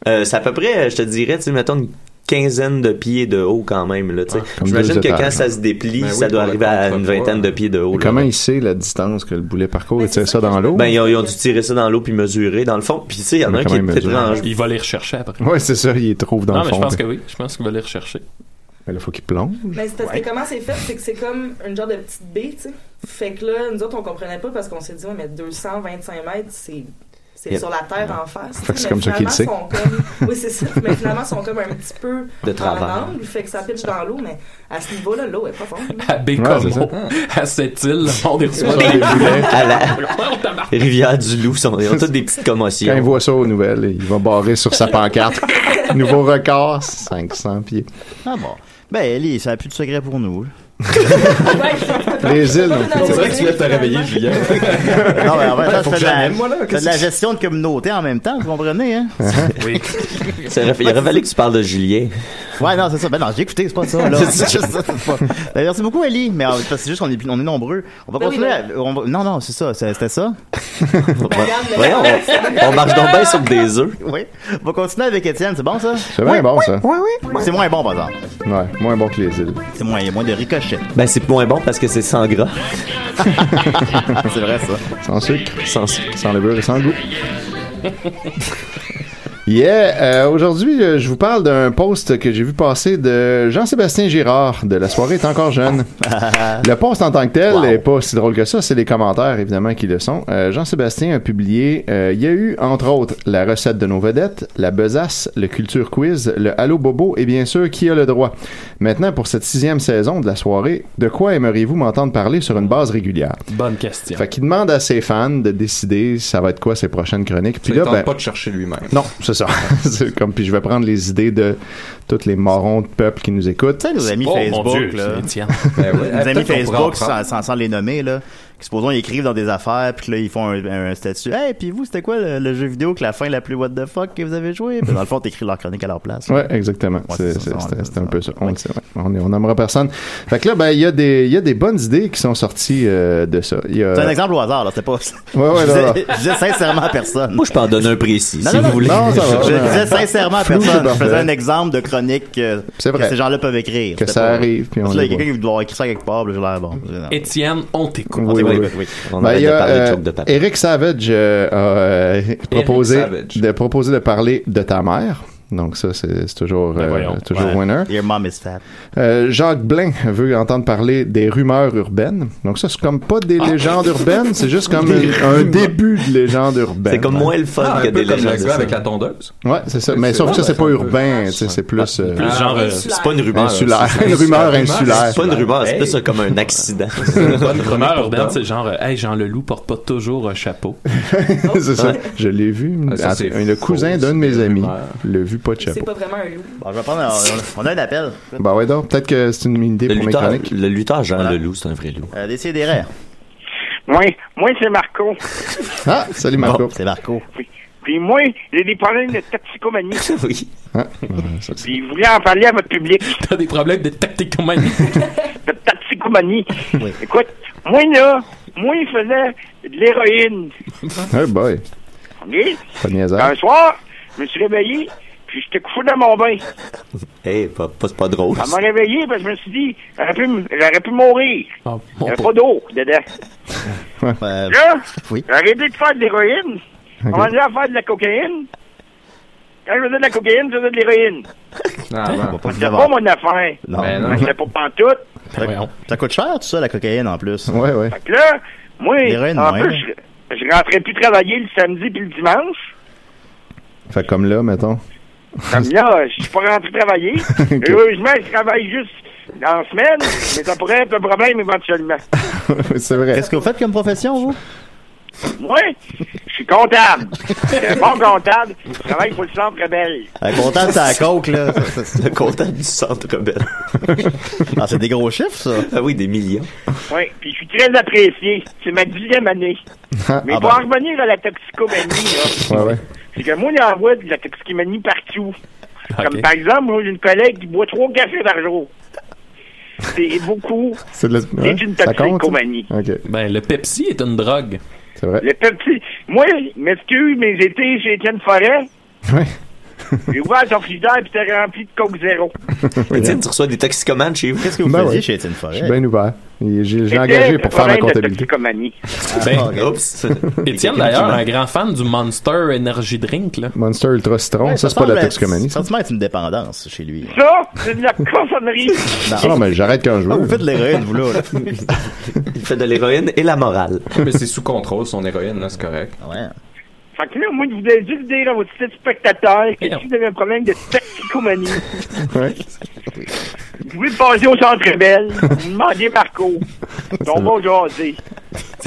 S4: Euh, c'est à peu près, euh, je te dirais, tu sais, mettons une quinzaine de pieds de haut quand même. Là, tu sais.
S6: Ah, comme
S4: J'imagine
S6: deux
S4: que
S6: étages, hein.
S4: quand ça se déplie,
S5: Ben oui,
S4: ça doit
S5: pour le
S4: arriver à
S5: contre-poids,
S4: une vingtaine de
S5: hein.
S4: pieds de haut.
S6: Mais
S4: là.
S6: comment il sait la distance que le boulet parcourt?
S8: Ben,
S6: Il tire
S8: c'est
S6: ça
S8: ça
S6: dans
S8: que je-
S6: l'eau?
S4: Ben, ils ont, ils ont dû tirer ça dans l'eau puis mesurer, dans le fond. Puis, tu sais, il y en a
S6: Mais
S4: un qui est
S6: comment ils
S4: peut-être
S6: mesurent?
S4: rangé.
S7: Il va les rechercher après.
S6: Ouais, c'est ça, il les trouve dans
S7: Ben, non,
S6: le
S7: mais je
S6: fond.
S7: pense
S6: là.
S7: que oui. Je pense qu'il va les rechercher.
S6: Mais là, faut qu'il plonge.
S8: Mais Ben, c'est parce que comment c'est fait, c'est que c'est comme une genre de petite baie, tu sais. Fait que là, nous autres, on comprenait pas parce qu'on s'est dit, ouais, mais 225 mètres, c'est. C'est
S4: Yep.
S8: sur la terre en face.
S6: Fait que c'est
S8: Mais
S6: comme ça qu'il le
S8: finalement, sont comme- oui, c'est ça. Mais finalement, ils sont comme un petit peu
S4: De
S8: dans
S4: travers.
S8: l'angle, fait que ça pitche dans l'eau, mais à ce niveau-là, l'eau est pas fonde.
S6: c'est
S7: À
S6: ça.
S7: Bécomo, à cette île, le monde est reçu.
S4: À la rivière du Loup, sont- ils ont toutes des petites commotions.
S6: Quand il voit ça aux nouvelles, il va barrer sur sa pancarte. Nouveau record, 500 pieds.
S3: Ah bon. Ben, Ellie, ça n'a plus de secret pour nous.
S6: Les îles non plus.
S8: C'est
S5: C'est vrai que tu viens de te réveiller, Julien.
S3: Ah Non, mais en fait, ça,
S5: Faut
S3: c'est
S5: que
S3: de la,
S5: j'aime, moi, là.
S3: c'est de
S5: Qu'est-ce
S3: la
S5: que c'est?
S3: gestion de communauté en même temps, vous comprenez, hein?
S4: Ça aurait- Il aurait fallu que tu parles de Julien.
S3: Ouais, non, c'est ça. Ben non, j'ai écouté, c'est pas ça, là. c'est juste ça, c'est pas- Ben, merci beaucoup, Ellie. Mais euh, parce que c'est juste qu'on est, plus- on est nombreux. On va
S8: Ben oui,
S3: continuer
S8: ben-
S3: à- on va- Non, non, c'est ça. c'est- C'était ça?
S4: Voyons, on, on marche donc bien sur des œufs.
S3: Oui. On va continuer avec Étienne, c'est bon, ça?
S6: C'est bien bon, ça.
S3: Oui, oui. C'est moins bon, par exemple.
S6: Ouais, moins bon que les îles.
S3: C'est moins, il y a moins de ricochet.
S4: Ben, c'est moins bon parce que c'est sans gras,
S3: Ah, c'est vrai, ça.
S6: Sans sucre,
S4: sans sucre.
S6: sans levure et sans goût. Yeah! euh, Aujourd'hui, euh, je vous parle d'un post que j'ai vu passer de Jean-Sébastien Girard de La soirée est encore jeune. Le post en tant que tel
S3: Wow.
S6: est pas si drôle que ça, c'est les commentaires évidemment qui le sont. Euh, Jean-Sébastien a publié, euh, il y a eu entre autres la recette de nos vedettes, la besace, le culture quiz, le Allo Bobo et bien sûr qui a le droit. Maintenant pour cette sixième saison de la soirée, de quoi aimeriez-vous m'entendre parler sur une base régulière?
S7: Bonne question.
S6: Fait qu'il demande à ses fans de décider ça va être quoi ses prochaines chroniques. Puis
S5: Il
S6: là,
S5: tente
S6: ben,
S5: pas de chercher lui-même.
S6: non, c'est ça. c'est comme puis je vais prendre les idées de tous les morons de peuple qui nous écoutent.
S3: Tu sais, nos amis
S7: Oh
S3: Facebook,
S7: mon Dieu,
S3: là.
S7: c'est Étienne.
S5: Ben ouais.
S3: Nos
S5: Peut-être
S3: amis
S5: qu'on pourrait en
S3: Facebook,
S5: prendre.
S3: sans, sans, sans les nommer, là, qui supposons ils écrivent dans des affaires, puis que là, ils font un, un statut. Hey, puis vous, c'était quoi le, le jeu vidéo que la fin la plus what the fuck que vous avez joué? Puis dans le fond, t'écris leur chronique à leur place.
S6: Ouais, exactement.
S3: Ouais,
S6: C'est-
S3: c'est ça,
S6: c'est-
S3: ça,
S6: C'était
S3: on-
S6: c'était un peu ça.
S3: ouais.
S6: On, le sait, ouais. on, est- on nommera personne. Fait que là, ben, il y, a des- il y a des bonnes idées qui sont sorties euh, de ça. Il y a-
S3: C'est un exemple au hasard, là, c'est pas.
S6: Ouais, ouais,
S3: je,
S6: non, non.
S3: disais, je disais sincèrement à personne.
S4: Moi, je peux en donner un précis,
S3: Non,
S4: si
S3: non,
S4: vous
S3: non,
S4: voulez.
S6: non, ça va.
S3: Je
S6: non.
S3: disais sincèrement à
S6: Flou, c'est
S3: personne. Je
S6: parfait.
S3: faisais un exemple de chronique euh,
S6: C'est vrai.
S3: que ces gens-là peuvent écrire.
S6: Que
S3: C'était
S6: ça
S3: pas-
S6: arrive, puis on
S3: Parce que là,
S6: les
S3: il y a
S6: voit.
S3: quelqu'un qui doit écrire ça quelque part, puis j'ai l'air bon.
S7: Étienne, on t'écoute.
S6: Oui, oui, oui.
S4: On
S6: Ben,
S4: arrête
S6: il y
S4: de
S6: a,
S4: parler de
S6: euh,
S4: choc de papa.
S6: Eric Savage euh, a euh, proposé,
S5: Savage.
S6: de proposer de parler de ta mère. Donc ça, c'est c'est toujours,
S5: Ben
S6: euh,
S7: voyons.
S6: toujours
S3: Ouais.
S6: winner.
S3: Your mom is fat.
S6: Euh, Jacques Blain veut entendre parler des rumeurs urbaines. Donc ça, c'est comme pas des
S5: Ah.
S6: légendes urbaines, c'est juste comme un, un début de légende urbaine.
S4: C'est comme moins le fun
S5: Ah, un
S4: que
S5: peu
S4: des
S5: comme le
S4: légendes. de
S5: gars
S4: ça.
S5: avec la tondeuse.
S6: Ouais, c'est ça. Mais
S5: C'est- ben,
S6: sauf que ça,
S5: ouais,
S6: c'est
S5: c'est
S6: pas
S5: un peu-
S6: urbain, tu sais, c'est plus... euh,
S7: Plus genre,
S5: Ah,
S7: euh,
S4: C'est pas une rumeur.
S6: Ah, Insulaire,
S4: ça, c'est-
S6: une rumeur
S5: c'est-
S6: insulaire.
S4: C'est pas une rumeur, c'est
S5: Hey.
S4: plus comme un accident.
S5: Bonne
S7: Première
S5: chronique
S7: urbaine,
S5: pour
S7: c'est genre, euh, hey, Jean Leloup porte pas toujours un chapeau.
S6: c'est ça. Je l'ai vu.
S5: Ah, ça, c'est
S6: un, le
S5: faux,
S6: cousin d'un de mes
S5: c'est
S6: amis
S5: des rumeurs.
S6: le vu pas de
S8: C'est
S6: chapeau.
S8: pas vraiment un loup.
S3: Bon, je vais prendre. un- On a un appel.
S6: Bah ouais, donc peut-être que c'est une idée
S4: Le
S6: pour mes
S4: lutteur,
S6: chroniques.
S4: le lutteur Jean
S3: Voilà.
S4: Leloup, c'est un vrai loup.
S3: Euh, Décidez rêves.
S9: Moi, moi c'est Marco.
S6: Ah, salut Marco.
S3: C'est Marco.
S9: Puis moi, j'ai des problèmes de toxicomanie.
S4: Oui.
S6: Ah, ouais, ça, c'est-
S9: Puis je voulais en parler à votre public.
S7: T'as des problèmes de tacticomanie.
S9: De toxicomanie.
S3: Oui.
S9: Écoute, moi là, moi je faisais de l'héroïne.
S6: Hey boy,
S9: OK?
S6: pas de niaiseur.
S9: Un soir, je me suis réveillé, puis j'étais couché dans mon bain.
S4: Hey, pas, pas- c'est pas drôle.
S3: Ah,
S9: Ça m'a réveillé parce que je me suis dit, j'aurais pu, m- j'aurais pu mourir.
S7: Oh,
S9: Il
S7: mon
S9: n'y avait
S7: pauvre.
S9: pas d'eau dedans.
S3: Euh,
S9: Là,
S3: Oui.
S9: j'ai arrêté de faire de l'héroïne. On m'a dit à faire de la cocaïne. Quand je faisais de la cocaïne, je faisais de l'héroïne.
S5: Ah,
S3: on
S5: ben.
S3: va pas vous
S9: C'était
S3: avoir.
S9: pas mon affaire.
S3: Non.
S5: Ben non.
S9: Mais C'était pas pantoute.
S4: Ben
S3: Ça, ça coûte cher, tout ça, la cocaïne, en plus.
S6: Ouais, ouais.
S9: Fait que là, moi,
S3: L'héroïne,
S9: en
S3: ouais.
S9: plus, je, je rentrais plus travailler le samedi puis le dimanche.
S6: Fait comme là, mettons.
S9: Comme là, je suis pas rentré travailler. Heureusement, je travaille juste en semaine, mais ça pourrait être un problème éventuellement.
S6: c'est vrai.
S3: Qu'est-ce que vous faites comme profession, vous?
S9: Moi, je suis comptable. Je suis un bon comptable. Je travaille pour le centre rebelle.
S3: Un comptable, c'est à la coke, là. Ça, ça,
S4: Le comptable du centre belle.
S3: Ah, c'est des gros chiffres, ça.
S4: Ah oui, des millions.
S9: Oui, puis je suis très apprécié. C'est ma dixième année. Mais
S3: Ah
S9: pour
S3: ben.
S9: en revenir à la toxicomanie, là,
S6: Ouais, ouais.
S9: c'est que moi, on envoie de la toxicomanie partout. Comme
S7: Ok.
S9: par exemple, moi, j'ai une collègue qui boit trois cafés par jour. C'est beaucoup.
S6: C'est de la- ouais,
S9: une
S6: ça compte, ça?
S9: toxicomanie.
S6: Ok,
S7: Ben, le Pepsi est une drogue.
S6: c'est vrai.
S9: Le petit. Moi, m'excuse, mais j'étais chez Étienne Forêt.
S6: Ouais.
S9: J'ai ouvert son frigidaire et c'était rempli de Coke Zéro.
S4: Mais tu sais, tu reçois des toxicomanes chez vous. Qu'est-ce que
S6: vous Ben faisiez ouais. chez
S4: Étienne
S6: Je suis bien ouvert. Et J'ai j'ai engagé pour faire ma comptabilité.
S5: Ah,
S7: Ben,
S4: oups.
S7: Étienne, d'ailleurs, un grand fan du Monster Energy Drink, là.
S6: Monster Ultra Citron, ça, c'est pas de la toxicomanie.
S3: Ça semble être une dépendance chez lui.
S9: Ça, c'est de la cochonnerie.
S6: Ah non, mais j'arrête quand je
S3: Ah, vous
S6: veux.
S3: faites de l'héroïne, vous, là. là.
S4: Il fait de l'héroïne et la morale.
S5: Ah, Mais c'est sous contrôle, son héroïne, là, c'est correct.
S3: Ouais.
S9: Fait que là, moi, je voulais juste dire à vos petits spectateurs que si vous avez un problème de toxicomanie,
S6: Ouais.
S9: vous pouvez passer au Centre Belle, vous demandez Marco. On va jaser.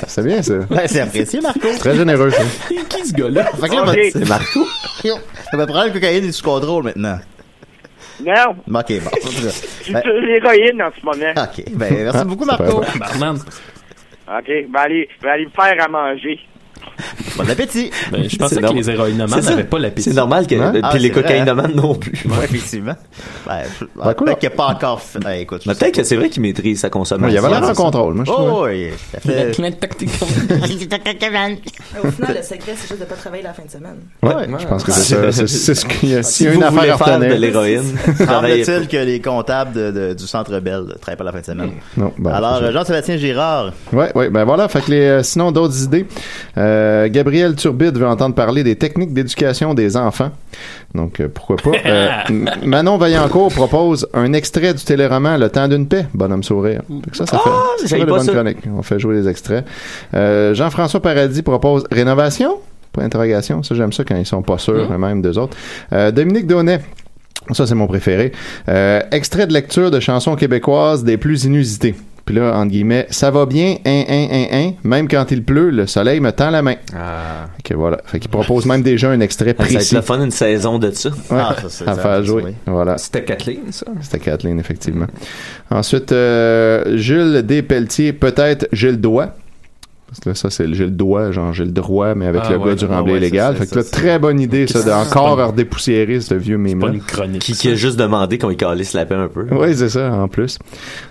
S6: C'est bien ça.
S3: Ben, c'est apprécié, Marco.
S6: Très généreux ça.
S7: C'est qui ce gars-là?
S3: Fait que là,
S9: Ok.
S3: votre- Marco. Ça va prendre le cocaïne est sous contrôle maintenant.
S9: Non,
S3: Bon, Ok, bon.
S9: je suis
S3: Ben,
S9: sur l'héroïne en ce moment.
S3: ok, ben, merci beaucoup,
S6: Ah, Ça peut
S3: Marco.
S7: Barnum.
S9: OK, ben allez, ben allez me faire à manger.
S3: Bon appétit.
S7: Ben, je
S4: C'est
S7: pensais que
S4: normal.
S7: les héroïnomanes
S4: C'est ça.
S7: n'avaient pas l'appétit.
S4: C'est normal que. euh,
S6: Hein?
S4: Puis
S3: Ah,
S4: les
S3: c'est vrai,
S4: cocaïnomanes non plus.
S3: Ouais, effectivement. Ben, je-
S6: Ben, cool.
S3: peut-être qu'il n'est pas encore fait. Ben, écoute, je
S4: Mais
S3: sais
S4: peut-être
S3: pas.
S4: que c'est vrai qu'il maîtrise sa
S6: Ouais,
S4: consommation.
S6: il y avait l'air
S3: c'est
S6: en
S3: ça.
S6: contrôle, moi je trouve.
S3: Oh, oui, ça
S7: Il a
S3: fait.
S7: plein de tactiques.
S8: Mais Au final, le secret, c'est juste de pas travailler la fin de semaine.
S6: Ouais, je pense que c'est ça. C'est- C'est ce qu'il y a. S'il
S4: Si
S6: y a
S4: vous
S6: une
S4: voulez
S6: affaire à
S4: faire de
S6: retenir.
S4: l'héroïne, travaillez
S3: Semble-t-il que les comptables de- de- du Centre Bell ne travaillent pas la fin de semaine.
S6: Non, bon,
S3: Alors,
S6: c'est
S3: euh, Jean-Sébastien Girard,
S6: Ouais, ouais, ben voilà. Fait que les, euh, sinon, d'autres idées. Euh, Gabriel Turbide veut entendre parler des techniques d'éducation des enfants. Donc, euh, pourquoi pas. Euh, M- Manon Vaillancourt propose un extrait du téléroman Le temps d'une paix. Bonhomme sourire. Fait que ça, ça
S4: Ah,
S6: fait,
S4: j'aille
S6: fait des
S4: pas
S6: bonnes
S4: ça.
S6: chroniques. On fait jouer les extraits. Euh, Jean-François Paradis propose Rénovation? Point d'interrogation. Ça, j'aime ça quand ils sont pas sûrs
S4: Hein?
S6: eux-mêmes d'eux autres. Euh, Dominique Donnet. Ça, c'est mon préféré. Euh, extrait de lecture de chansons québécoises des plus inusitées. Puis là, entre guillemets, ça va bien, hein, hein, hein, hein. Même quand il pleut, le soleil me tend la main.
S5: Ah.
S6: Fait que voilà. Fait qu'il propose même déjà un extrait
S4: Ça va être
S6: précis
S4: le fun une saison de ça.
S6: Ouais,
S3: Ah, ça, c'est-
S6: à
S3: ça,
S6: faire
S3: ça,
S6: jouer.
S3: oui.
S6: Voilà.
S5: Ah, C'était Kathleen, ça?
S6: C'était Kathleen, effectivement. Ensuite, euh, Jules Despelletiers, peut-être Gilles Doigt. Parce que là, ça, c'est le Gilles Doigt, genre Gilles Droit, mais avec
S5: Ah
S6: le
S5: ouais,
S6: gars du
S5: ah
S6: remblai
S5: ouais, ça,
S6: illégal.
S5: c'est-
S6: Fait que
S3: ça,
S6: là,
S3: c'est-
S6: très bonne idée, ça,
S5: Qu'est-ce que c'est
S6: d'encore
S5: pas une-
S6: redépoussiérer ce vieux
S7: Pas
S6: mème-là.
S7: une chronique.
S4: Qui,
S7: ça.
S4: qui a juste demandé qu'on y calisse la paix un peu.
S6: Oui, c'est ça, en plus.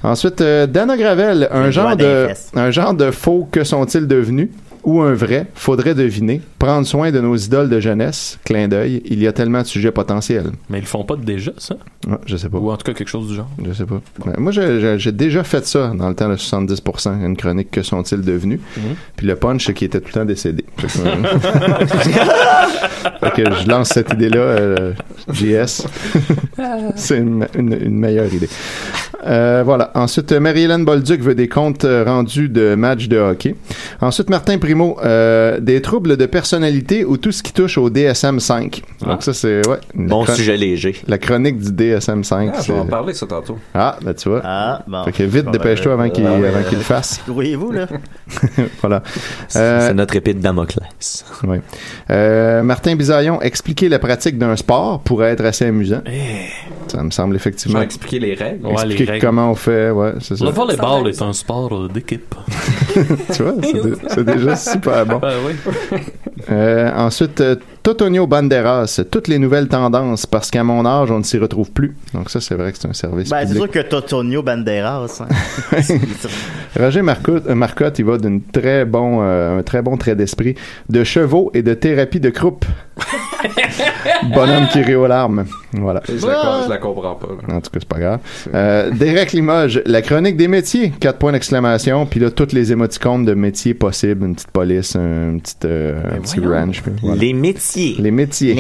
S6: Ensuite, euh, Dana Gravel, un
S3: Une
S6: genre,
S3: loi des
S6: de,
S3: fesses.
S6: un genre de faux que sont-ils devenus ou un vrai, faudrait deviner, prendre soin de nos idoles de jeunesse, clin d'œil, il y a tellement de sujets potentiels.
S7: Mais ils le font pas déjà, ça?
S6: Ouais, je sais pas.
S7: Ou en tout cas quelque chose du genre.
S6: Je sais pas. Ben, moi, je- je- j'ai déjà fait ça dans le temps de 70%, une chronique Que sont-ils devenus? Puis le punch, c'est qu'ils étaient tout le temps décédés. Fait que, euh, fait que je lance cette idée-là, euh, JS. c'est une, une- une meilleure idée. Euh, voilà. Ensuite, euh, Marie-Hélène Bolduc veut des comptes euh, rendus de matchs de hockey. Ensuite, Martin Primo, euh, des troubles de personnalité ou tout ce qui touche au DSM-5. Donc ça, c'est... Ouais, une
S4: Bon
S6: chron-
S4: sujet léger.
S6: La chronique du DSM-5.
S5: Ah, je
S6: c'est-
S5: vais en parler, ça, tantôt.
S6: ah, ben tu vois.
S3: Ah, bon.
S6: Fait que vite,
S3: Bon,
S6: dépêche-toi
S3: ben,
S6: avant qu'il
S3: ben, ben,
S6: avant qu'il
S3: euh,
S6: le fasse.
S3: Grouillez-vous, là.
S6: voilà.
S4: C'est
S6: Euh,
S4: c'est notre épée de Damoclès.
S6: ouais. Euh, Martin Bisaillon, expliquer la pratique d'un sport pourrait être assez amusant.
S7: Eh,
S6: Ça me semble
S5: Je
S6: effectivement.
S5: vais expliquer les règles.
S7: Ouais, les
S6: expliquer
S7: règles.
S6: comment on fait, ouais, c'est ça.
S7: Le volleyball est un sport euh, d'équipe.
S6: tu vois, c'est dé- c'est déjà super bon.
S4: Ah
S7: Ben oui.
S6: Euh, ensuite, euh, Totonio Banderas, toutes les nouvelles tendances, parce qu'à mon âge, on ne s'y retrouve plus. Donc ça, c'est vrai que c'est un service
S3: Ben, c'est
S6: public.
S3: sûr que Totonio Banderas. hein.
S6: Roger Marcotte, euh, Marcotte, il va d'un très bon, euh, un très bon trait d'esprit de chevaux et de thérapie de croupe. Bonhomme qui rit aux larmes. Voilà.
S5: Je la, je la comprends pas. là.
S6: En tout cas, c'est pas grave. Euh, Derek Limoges, la chronique des métiers. Quatre points d'exclamation. Puis là, toutes les émoticônes de métiers possibles. Une petite police, un petit, euh,
S5: Ben
S6: un petit ranch. puis voilà.
S4: Les métiers.
S6: Les métiers.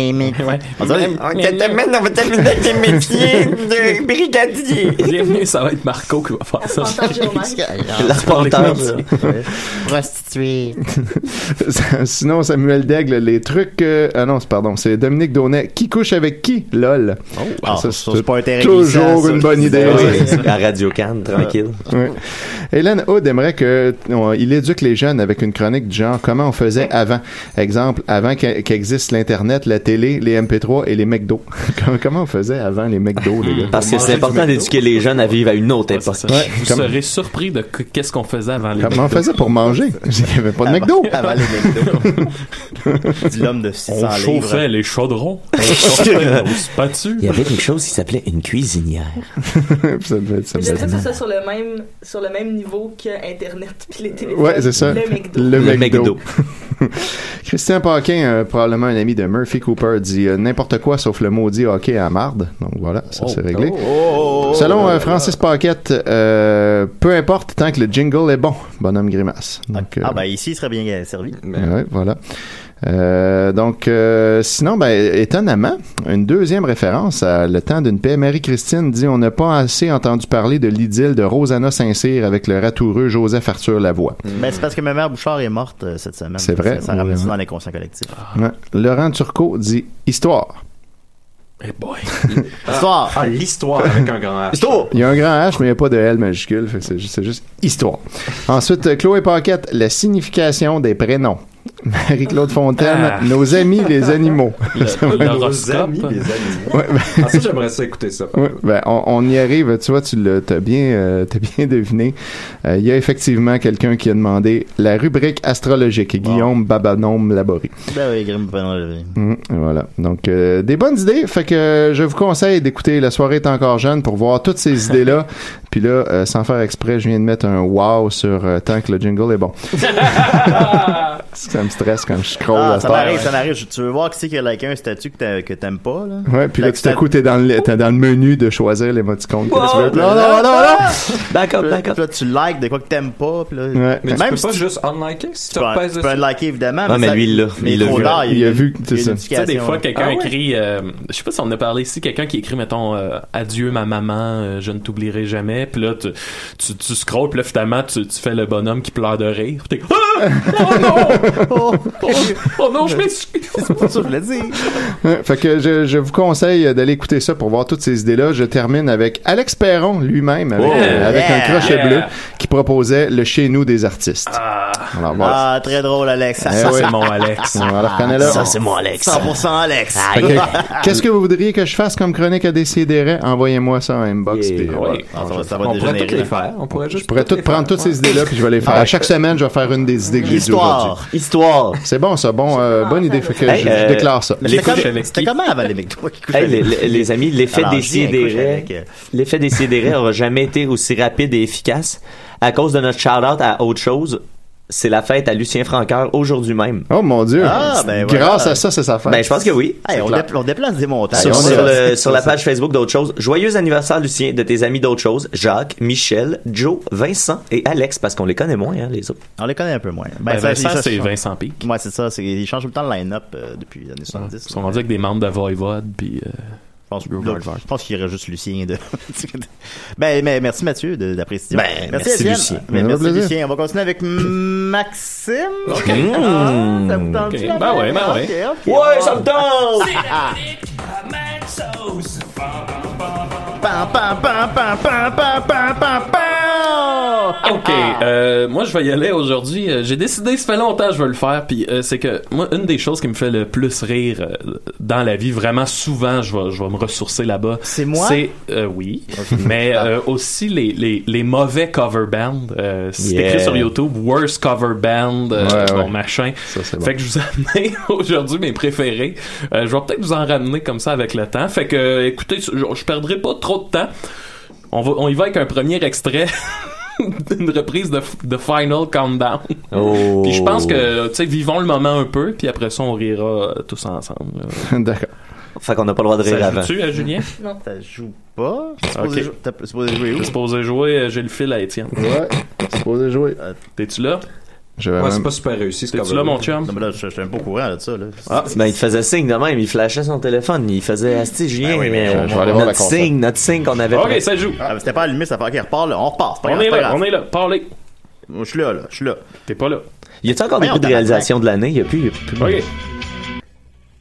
S3: On dirait-
S7: Bienvenue, ça va être Marco qui va faire ça.
S8: Avantage géomètre.
S6: Ah,
S4: L'arpenteur.
S3: Prostituée.
S6: Sinon, Samuel Daigle, les trucs. euh, ah non, c'est- pardon, c'est Dominique Donnet. Qui couche avec qui Lol.
S3: Ah,
S6: Ça,
S3: ça,
S6: c'est
S3: c'est pas intéressant.
S6: toujours
S3: ça.
S6: une bonne idée.
S4: Oui, c'est à Radio Cannes, tranquille.
S6: Ouais. Hélène Hood aimerait que on- il éduque les jeunes avec une chronique du genre comment on faisait avant. Exemple, avant qu'a- qu'existe l'internet, la télé, les MP3 et les McDo. Com- comment on faisait avant les McDo les gars
S4: Parce que
S7: Manger
S4: c'est
S7: du
S4: important
S7: McDo.
S4: d'éduquer les jeunes à vivre à une autre
S7: Ouais, c'est
S4: époque.
S7: ça.
S6: Ouais,
S7: Vous
S6: comme-
S7: serez surpris de que- qu'est-ce qu'on faisait avant les
S6: Comment on faisait pour manger Il n'y avait pas de McDo.
S3: Avant les McDo. Dit l'homme de 600
S7: On chauffait
S3: livres.
S7: les chaudrons. On chauffait nos
S4: Il y
S7: spatules.
S4: avait quelque chose qui s'appelait une cuisinière.
S6: Ça devait être- ça
S8: Mais
S6: devait
S8: J'aime
S6: être-
S8: ça que ce soit sur le même, sur le même niveau que Internet puis les téléphones.
S6: Ouais, c'est ça.
S8: Le McDo.
S6: Le
S4: Le
S6: McDo.
S4: McDo.
S6: Christian Paquin, euh, probablement un ami de Murphy Cooper, dit euh, n'importe quoi sauf le maudit hockey à marde. Donc voilà, ça c'est réglé. Selon euh, Francis Paquette, euh, peu importe tant que le jingle est bon, bonhomme grimace. Donc, euh,
S3: Ah, ben ici, il serait bien servi.
S6: Ouais, voilà. Euh, donc, euh, sinon, ben, étonnamment, une deuxième référence à Le temps d'une paix. Marie-Christine dit On n'a pas assez entendu parler de l'idylle de Rosanna Saint-Cyr avec le ratoureux Joseph Arthur Lavoie.
S3: Ben, c'est parce que ma mère Bouchard est morte euh, cette semaine.
S6: C'est vrai,
S3: Ça, ça ramène
S6: oui,
S3: ça
S6: hein.
S3: dans l'inconscient collectif.
S6: Ouais. Laurent Turcot dit Histoire.
S3: Histoire.
S5: Ah, l'histoire avec un grand H.
S3: Histoire.
S6: Il y a un grand H, mais il n'y a pas de L majuscule. fait que C'est juste, c'est juste Histoire. Ensuite, euh, Chloé Paquette La signification des prénoms. Marie-Claude Fontaine Nos amis les animaux. Ça va être-
S5: Nos amis, les amis.
S6: Ouais, ben-
S5: Ah, ça, j'aimerais ça écouter ça. par
S6: Oui,
S5: exemple.
S6: ben, on, on y arrive, tu vois, tu l'as t'as bien, euh, t'as bien deviné. Euh, Il y a effectivement quelqu'un qui a demandé la rubrique astrologique, Guillaume Babanome Laborie.
S3: Ben oui, Grim pas dans le-
S6: Mhm, voilà. Donc, euh, des bonnes idées. Fait que euh, je vous conseille d'écouter La soirée est encore jeune pour voir toutes ces idées-là. Puis là, euh, sans faire exprès, je viens de mettre un wow sur euh, tant que le jingle est bon. Ça me stresse quand je scroll
S3: Ah,
S6: à
S3: ça
S6: cette
S3: m'arrive,
S6: heure.
S3: ça m'arrive. Je- Tu veux voir qui c'est qui a liké un statut que t'a- que t'aimes pas, là?
S6: Ouais, puis là,
S3: Fait
S6: tu
S3: que
S6: t'écoutes, t'es dans le, t'es dans le menu de choisir l'émoticône que tu veux. Puis là, non, non, non, non!
S4: Back up,
S3: Puis là,
S4: back up.
S3: puis là, tu likes de quoi que t'aimes pas, puis là...
S6: Ouais.
S5: Mais tu
S3: Même
S5: peux
S3: si
S5: pas
S3: tu-
S5: juste unliker si tu
S3: Tu peux,
S5: repasses
S3: tu peux
S5: dessus.
S3: le liker, évidemment.
S4: Ah, mais
S3: ça-
S4: lui, il l'a.
S3: mais
S4: Il l'a
S3: trop
S4: vu.
S3: tard,
S6: Il a vu,
S3: il y
S6: c'est
S3: a une
S6: ça.
S7: Tu sais, des
S3: notification.
S7: fois, quelqu'un
S5: Ah ouais?
S7: écrit, euh, je sais pas si on en a parlé ici, quelqu'un qui écrit, mettons, euh, adieu ma maman, euh, je ne t'oublierai jamais, puis là, tu, tu, tu scrolles, puis là, finalement, tu, tu fais le bonhomme qui pleure de rire, puis t'es, ah! oh non, oh, oh, oh non, je m'excuse.
S3: C'est pour ça que je l'ai dit.
S6: Ouais, fait que je, je vous conseille d'aller écouter ça pour voir toutes ces idées-là. Je termine avec Alex Perron lui-même, avec,
S7: Oh,
S6: euh, avec
S3: yeah,
S6: un crochet
S7: yeah.
S6: bleu, qui proposait le chez nous des artistes. Alors voilà.
S3: Ah, très drôle, Alex. Ça,
S6: Eh
S3: ça,
S6: oui.
S7: Mon Alex.
S6: On la reconnaît là.
S4: c'est moi, Alex.
S3: 100% Alex.
S6: Fait que, Qu'est-ce que vous voudriez que je fasse comme chronique à décider Envoyez-moi ça en inbox.
S4: Yeah,
S6: puis, euh,
S4: ouais.
S6: voilà.
S3: Ah, ça va, ça va
S5: On pourrait toutes
S3: dégénérer.
S5: les faire. On pourrait
S6: Je
S5: juste.
S6: pourrais tout prendre toutes ces idées-là puis je vais les faire. À chaque semaine, je vais faire une des idées que j'ai dit aujourd'hui.
S3: Histoire.
S4: Histoire.
S6: C'est bon, ça. Bon, euh, bonne idée. Fait que
S4: Hey,
S6: je, je
S4: euh,
S6: déclare ça.
S3: Mais
S4: Les
S3: c'était
S4: couches
S3: comme-
S4: avec
S3: C'était
S4: qui?
S3: comment avant les mecs toi qui couchent
S4: Hey, les,
S3: avec-
S4: les- les amis, l'effet
S3: Alors,
S4: des
S3: j'ai un couche avec, euh,
S4: l'effet des n'aura jamais été aussi rapide et efficace à cause de notre shout-out à autre chose. C'est la fête à Lucien Franqueur aujourd'hui même.
S6: Oh mon Dieu.
S3: Ah, ben voilà.
S6: Grâce à ça, c'est sa fête.
S4: Ben, je pense que oui.
S3: Hey, on,
S6: clair.
S3: dé- on déplace des montagnes.
S4: Sur,
S3: On
S6: on est
S4: sur
S6: là,
S4: le-
S6: c'est
S4: sur la
S6: ça.
S4: page Facebook d'autres choses. Joyeux anniversaire, Lucien, de tes amis d'autres choses, Jacques, Michel, Joe, Vincent et Alex, parce qu'on les connaît moins, hein, les autres.
S3: on les connaît un peu moins.
S7: Ben, Vincent, c'est
S3: vrai.
S7: Vincent Pic.
S3: Ouais, c'est ça. c'est- Ils changent tout le temps le line-up euh, depuis les années 70.
S7: Ils sont rendus avec des membres de Voivode, puis euh,
S3: Je pense,
S7: Groove
S3: là,
S7: Hardware.
S3: je pense qu'il y aurait juste Lucien de. ben, mais merci Mathieu de- d'apprécier.
S4: Ben, merci,
S3: Étienne.
S4: Lucien.
S3: Ben,
S6: Ça me fait
S3: merci
S6: plaisir.
S3: Lucien. On va continuer avec Maxime.
S7: OK.
S3: Ah, ça vous tente
S7: Ok. Ben ouais, ben ouais.
S4: Ouais, ça me tente!
S3: Pam, pam, pam, pam, pam, pam, pam, pam, pam.
S7: OK,
S3: Ah.
S6: Ah.
S7: euh, moi je vais y aller aujourd'hui. Euh, J'ai décidé, ça fait longtemps que je veux le faire. Puis euh, c'est que moi, une des choses qui me fait le plus rire euh, dans la vie, vraiment souvent, je vais, je vais me ressourcer là-bas.
S3: C'est moi?
S7: C'est euh, oui, mais euh, aussi les, les, les mauvais cover bands. Euh, c'est
S4: Yeah.
S7: écrit sur YouTube, worst cover band, euh,
S6: Ouais,
S7: bon
S6: ouais.
S7: machin.
S6: Ça, c'est bon.
S7: Fait que je vous ai amené aujourd'hui mes préférés. Euh, je vais peut-être vous en ramener comme ça avec le temps. Fait que, euh, écoutez, je, je perdrai pas trop de temps. On, va, on y va avec un premier extrait d'une reprise de, de Final Countdown.
S4: Oh.
S7: Puis je pense que, tu sais, vivons le moment un peu, puis après ça, on rira euh, tous ensemble. là.
S6: D'accord.
S4: Fait qu'on n'a pas le droit de rire
S7: Ça
S4: avant.
S7: joue-tu, euh, Julien?
S3: Ça joue pas. T'es supposé
S7: Ok.
S3: jou- T'es supposé jouer où?
S7: T'es supposé jouer, euh, j'ai le fil à Étienne.
S6: Ouais. C'est supposé jouer.
S7: T'es-tu là?
S6: Je vais
S5: Ouais, c'est
S6: même-
S5: pas super réussi ce
S7: T'es-tu là, mon chum?
S3: Non, mais là, je je suis un peu au courant là, de ça. Là.
S4: Ah, ben, il te faisait signe de même, il flashait son téléphone, il
S6: Hmm.
S4: faisait Asti, Julien, mais
S6: Ben je
S4: on-
S6: vais aller voir la
S4: notre
S6: console.
S4: signe, notre signe qu'on avait.
S7: Ok, ça joue.
S3: Ah, mais c'était pas allumé, ça fait qu'il repart là. On repart. c'est pas
S7: On
S3: grave,
S7: est
S3: c'est pas
S7: là,
S3: grave.
S7: on est là. Parlez.
S3: Moi, Je suis là, là. Je suis là.
S7: T'es pas là.
S4: Y a-t-il encore des
S3: Voyons,
S4: prix de
S3: tabarnak.
S4: réalisation de l'année? Y a plus, y a plus.
S7: Ok.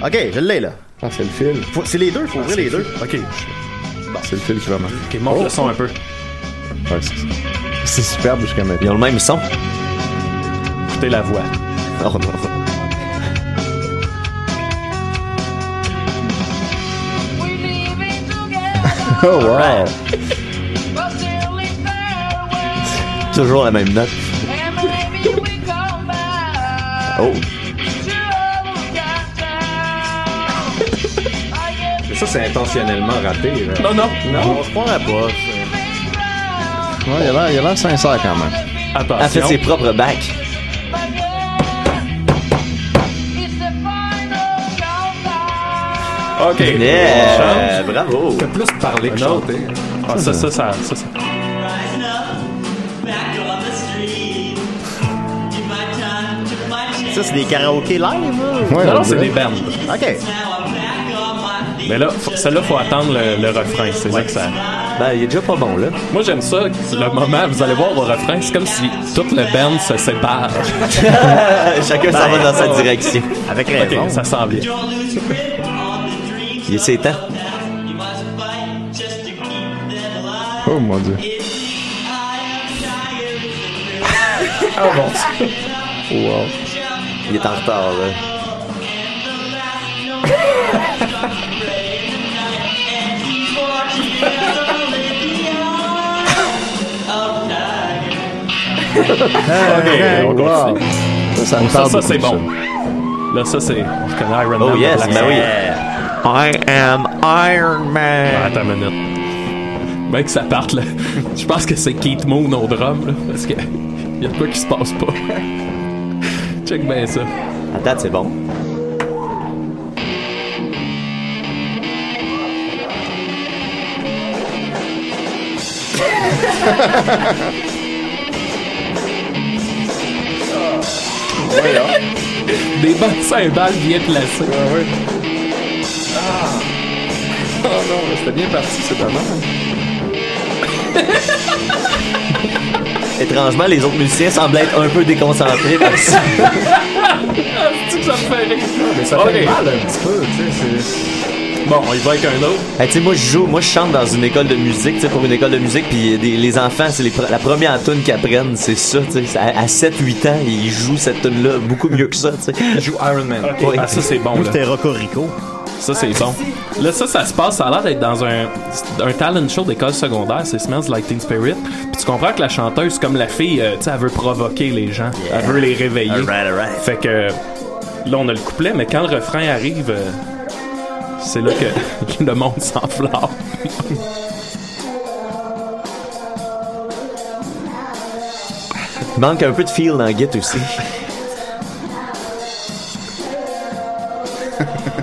S3: Ok, je l'ai là.
S6: Ah, c'est le fil.
S3: Faut- C'est les deux, faut ouvrir les deux.
S7: Ok.
S6: C'est le fil qui va marcher.
S7: Ok, monte le son un peu.
S6: Ouais, c'est- c'est superbe jusqu'à
S4: Ils
S6: maintenant.
S4: ont le même son.
S7: Écoutez la voix.
S4: Oh, non.
S6: Oh, wow.
S4: Alright. Toujours la même note. Oh.
S5: Mais ça, c'est intentionnellement raté. là.
S7: Non, non.
S3: On se croirait pas. c'est-
S6: Ouais, il a l'air- il a l'air sincère quand même.
S4: Ah, Elle fait
S7: Attention.
S4: ses propres bacs.
S7: OK.
S4: Eh, Yeah, euh, bravo.
S5: Fait plus parler que
S7: Non.
S5: chanter.
S7: Ah, ça, ça, ça, ça, ça.
S3: Ça, c'est des karaokés live, là?
S6: Ouais,
S7: Non,
S6: on
S7: non, c'est
S6: dirait.
S7: des bandes.
S3: OK.
S7: Mais là, faut- celle-là, faut attendre le, le refrain. C'est ça que ça.
S4: Ben, il est déjà pas bon, là.
S7: Moi, j'aime ça. Le moment, vous allez voir au refrain, c'est comme si toute le band se sépare.
S4: Chacun s'en va dans sa direction.
S3: Avec
S7: OK,
S3: raison.
S7: ça sent bien.
S4: Il est ses temps.
S6: Oh mon dieu. Wow.
S4: Il est en retard, là. Eh,
S7: OK, on
S6: Wow.
S7: continue.
S6: Ça, ça me
S7: Ça,
S6: parle
S7: ça,
S6: beaucoup,
S7: c'est bon. Là, ça, c'est. On reconnaît Iron Man.
S4: Oh
S7: de
S4: yes,
S7: Black
S4: ben oui. I am Iron
S7: Ah,
S4: Man.
S7: Attends une minute. Mec, ça parte là. Je pense que c'est Keith Moon au drum, là, parce que y a de quoi qui se passe pas. Check bien ça.
S4: À date, c'est bon.
S7: Des bonnes cymbales bien placées.
S6: Ah ouais. Ah. Oh non, mais c'était bien parti, c'est pas mal.
S4: Étrangement, les autres musiciens semblent être un peu déconcentrés par ça.
S7: Tu que ça me fait rire.
S5: Ah, Mais ça fait
S7: Ok.
S5: mal un petit peu, tu sais. c'est-
S7: Bon, on y va avec un autre.
S4: Hey, tu sais, moi, je joue, moi, je chante dans une école de musique, tu sais, pour une école de musique, puis euh, des- les enfants, c'est les pre- la première tune qu'ils apprennent, c'est ça, tu sais. À, à 7-8 ans, ils jouent cette tune-là beaucoup mieux que ça, tu sais. ben,
S5: Il joue Iron Man.
S4: Ouais.
S7: Ah, ça c'est bon
S3: Nous,
S7: là.
S3: c'était Rocco Rico.
S7: Ça c'est bon. Là, ça, ça se passe. Ça a l'air d'être dans un, un talent show d'école secondaire. C'est Smells Like Teen Spirit. Puis tu comprends que la chanteuse, comme la fille, euh, tu sais, elle veut provoquer les gens. Elle veut les réveiller.
S3: Alright, alright.
S7: Fait que là, on a le couplet, mais quand le refrain arrive, euh, c'est là que le monde s'enflamme.
S4: Il manque un peu de feel dans le Git aussi.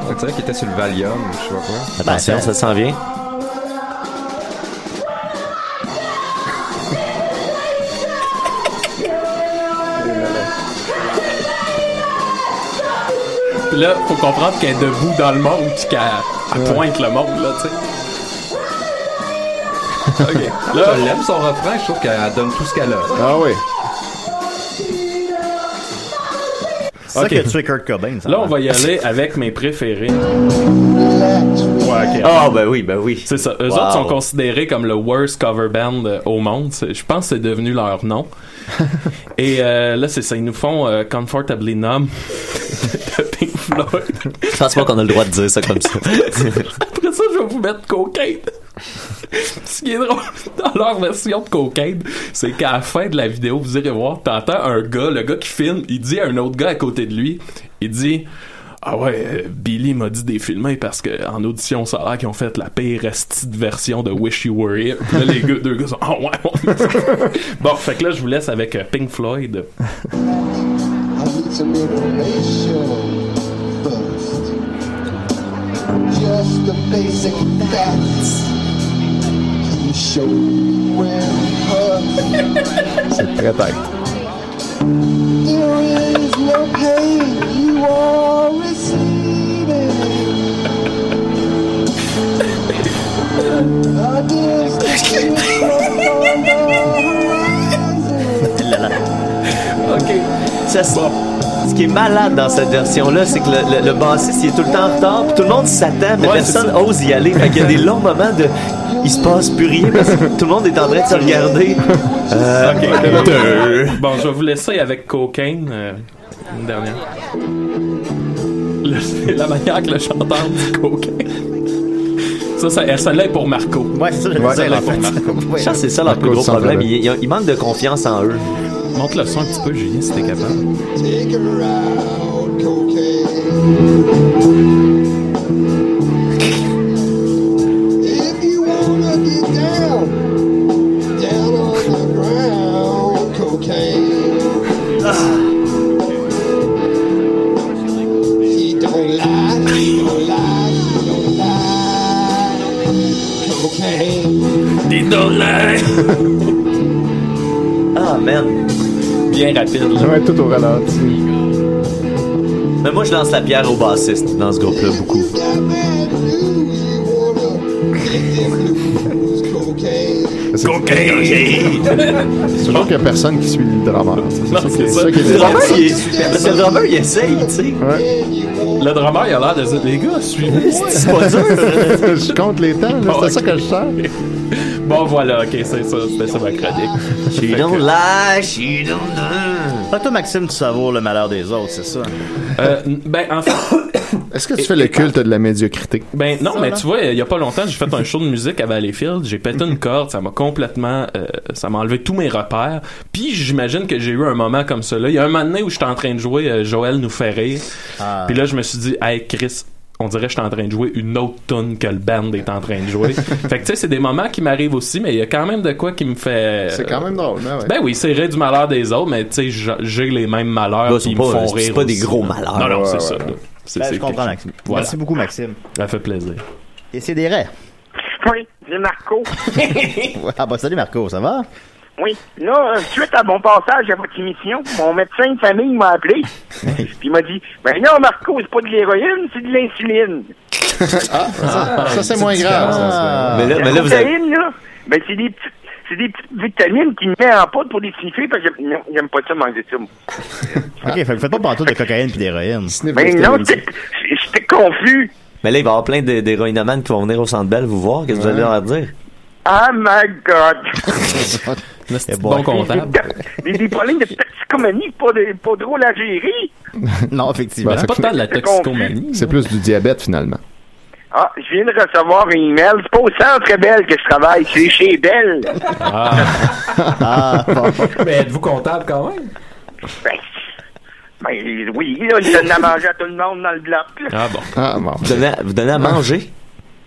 S5: On dirait qu'il était sur le Valium, ou je sais pas quoi.
S4: Attention, ça s'en vient.
S7: Puis là, faut comprendre qu'elle est debout dans le monde, puis qu'elle elle pointe le monde, là, tu sais. OK. Là,
S5: Je l'aime son refrain, je trouve qu'elle donne tout ce qu'elle a.
S6: Ah oui.
S3: C'est ça que tu es Kurt Cobain, ça.
S7: là, on va y aller avec mes préférés. Ouais, ok.
S4: Ah, ben oui, ben oui.
S7: C'est ça. Eux
S4: Wow.
S7: autres sont considérés comme le worst cover band euh, au monde. C'est- Je pense que c'est devenu leur nom. Et euh, là, c'est ça. Ils nous font euh, Comfortably Numb de Pink Floyd.
S4: Je pense pas qu'on a le droit de dire ça comme ça.
S7: Après ça, je vais vous mettre Cocaine. Ce qui est drôle, dans leur version de Cocaine, c'est qu'à la fin de la vidéo, vous irez voir, t'entends un gars, le gars qui filme, il dit à un autre gars à côté de lui, il dit Ah ouais, euh, Billy m'a dit des filmer parce que en audition, ça a l'air qu'ils ont fait la pire esti de version de Wish You Were Here. Puis là, les gars, deux gars sont Ah ouais, ouais. Bon, fait que là, je vous laisse avec euh, Pink Floyd.
S10: Just the basic facts. You show where it hurts.
S6: C'est très tête.
S10: There is no pain you are receiving. I just keep on the horizon.
S4: Ça, c'est- ce qui est malade dans cette version-là, c'est que le, le, le bassiste, il est tout le temps en retard, puis tout le monde s'attend, mais
S7: Ouais,
S4: personne ose y aller. Fait qu'il y a des longs moments de. Il se passe plus rien parce que tout le monde est en train de se regarder. Euh, deux.
S7: Bon, je vais vous laisser avec Cocaine, euh, une dernière. Le- c'est la manière que le chanteur dit Cocaine. Ça, ça celle-là est pour Marco.
S3: Ouais, c'est ça, je
S6: Ouais,
S3: disais, là,
S6: en fait.
S3: pour-
S4: Je pense que c'est ça leur plus
S6: cause
S4: gros
S6: du
S4: problème.
S6: centre-ville.
S4: Il, il- il manque de confiance en eux.
S7: Monte le son un petit peu, Julien, si t'es capable.
S10: Take her out, cocaine. If you wanna get down, down on the ground, cocaine. She don't lie, she don't lie, she don't
S5: Parlez!
S4: Ah, man.
S5: Bien rapide,
S6: Ça va être tout au ralenti.
S4: Mais moi, je lance la pierre au bassiste dans ce groupe-là, beaucoup.
S6: C'est toujours qu'il y a personne qui suit le drummer. C'est ça qui est- ça qui est
S4: Le drummer,
S6: dérangeant.
S4: il, est- parce que le drummer, il essaye, tu sais.
S7: Le drummer, il a l'air de dire Les gars, suivez-moi.
S4: C'est pas dur.
S6: Je compte les temps, là, c'est ça que je sers.
S7: Bon, voilà, ok, c'est ça. C'était ça ma chronique.
S4: She don't lie, she don't lie.
S3: Fait que toi, Maxime, tu savoures le malheur des autres, c'est ça?
S7: Euh, ben, en fait,
S6: Est-ce que tu fais le culte de la médiocrité?
S7: ben non,
S3: Ça,
S7: mais
S3: là.
S7: tu vois, il y a pas longtemps, j'ai fait un show de musique à Valleyfield. J'ai pété une corde, ça m'a complètement, euh, ça m'a enlevé tous mes repères. Puis j'imagine que j'ai eu un moment comme ça. là. Il y a un moment donné où j'étais en train de jouer euh, Joël nous fait rire.
S3: Ah.
S7: Puis là, je me suis dit, hey Chris, on dirait que je suis en train de jouer une autre tune que le band est en train de jouer. fait que tu sais, c'est des moments qui m'arrivent aussi, mais il y a quand même de quoi qui me fait.
S6: C'est quand même drôle, mais ouais.
S7: Ben oui, c'est rire du malheur des autres, mais tu sais, j'a- j'ai les mêmes malheurs
S4: Bah,
S7: qui
S4: c'est
S7: me
S4: pas-
S7: font
S4: c'est
S7: rire.
S4: pas des
S7: aussi,
S4: gros
S7: là.
S4: malheurs.
S7: Non, non,
S6: Ouais,
S7: c'est
S6: ouais,
S7: ça.
S6: ouais.
S7: là. C'est-
S3: Ben,
S7: c'est
S3: je comprends,
S7: quelque-
S3: Maxime.
S7: Voilà.
S3: Merci beaucoup, Maxime.
S7: Ça fait plaisir.
S3: Et c'est des raies.
S9: Oui, c'est Marco.
S3: Ah, bah, salut, Marco, ça va?
S9: Oui. Là, euh, suite à mon passage à votre émission, mon médecin de famille m'a appelé. Puis il m'a dit Ben non, Marco, c'est pas de l'héroïne, c'est de l'insuline.
S6: Ça, Ah, c'est moins grave. ça, ça.
S4: Mais là,
S8: Ah.
S9: La
S4: mais Ah, là, vous avez...
S9: cocaïne, là, ben c'est des petites. C'est des petites vitamines qui me met en poudre pour les sniffer parce que j'aime- non, j'aime pas ça manger ça. moi.
S3: Ok, fait que vous faites pas partout de cocaïne puis d'héroïne.
S6: Sniff
S9: Ben
S6: de
S9: non,
S6: stéroïdes.
S9: j'étais j'étais confus.
S4: mais là, il va y avoir plein de- d'héroïnomanes qui vont venir au centre Bell vous voir. Qu'est-ce que vous allez leur dire?
S9: Oh my god!
S7: Le petit
S3: Eh boy.
S7: bon comptable.
S9: Des, des problèmes de toxicomanie, pas, de, pas drôle à gérer.
S3: Non, effectivement.
S6: Ben,
S7: C'est pas tant de la toxicomanie.
S6: C'est plus du diabète, finalement.
S9: Ah, je viens de recevoir un email. C'est pas au centre Belle que je travaille, c'est chez Belle.
S3: Ah, bon.
S5: Mais êtes-vous comptable quand même?
S9: Ben, ben, oui, là, je donne à manger à tout le monde dans le bloc. là.
S7: Ah bon.
S6: Ah, bon.
S4: Vous donnez, à- vous donnez à manger?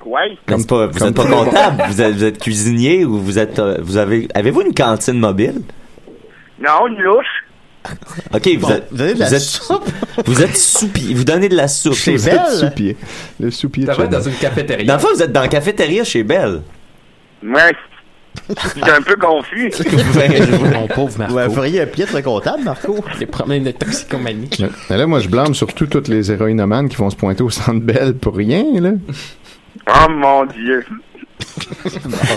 S9: Ouais.
S4: Mais c'est pas, vous n'êtes pas comptable. vous, êtes, vous êtes cuisinier ou vous êtes. euh, Vous avez, avez-vous une cantine mobile?
S9: Non, une louche.
S4: Ok, vous êtes.
S3: Vous avez de la
S4: vous êtes,
S3: soupe?
S4: vous êtes soupi. Vous donnez de la soupe.
S3: Chez
S4: Vous êtes-
S3: Belle?
S6: Soupier. Le soupier de
S5: T'as
S6: Chanel.
S5: dans une
S4: Dans
S5: cafétéria.
S4: le fond, vous êtes dans la cafétéria chez Belle.
S9: Ouais. J'étais un peu confus.
S7: Mon pauvre Marco.
S3: Ouais, vous feriez un piètre comptable, Marco.
S7: Les problèmes de toxicomanie.
S6: Mais- mais là, moi, je blâme surtout toutes les héroïnomanes qui vont se pointer au centre belle pour rien, là.
S9: Oh mon dieu.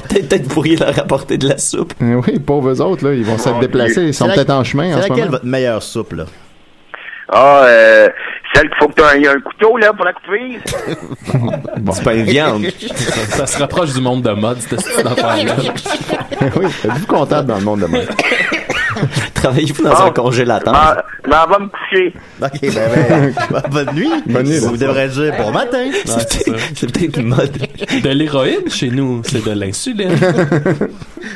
S4: Peut-être peut-être vous pourriez leur apporter de la soupe.
S6: Eh Oui, pauvres autres, là, ils vont se
S9: Mon
S6: déplacer. Ils sont
S3: C'est la-
S6: peut-être en chemin en
S3: C'est
S6: ce
S3: laquelle
S6: moment.
S3: votre meilleure soupe, là?
S9: Ah, euh, celle qu'il faut que tu aies un couteau, là, pour la couper.
S4: C'est pas une viande.
S7: Ça se rapproche du monde de mode, cette cette affaire-là.
S6: oui, êtes-vous comptable dans le monde de moi?
S4: Travaillez-vous dans un
S9: Ah.
S4: congélateur?
S9: Ben, ben, va me coucher.
S3: Ok, ben, ben, ben, bonne nuit.
S6: Bonne nuit,
S3: Vous
S6: là.
S3: devrez dire bon matin.
S4: c'est peut-être- c'est peut-être une mode.
S7: De l'héroïne, chez nous, c'est de l'insuline.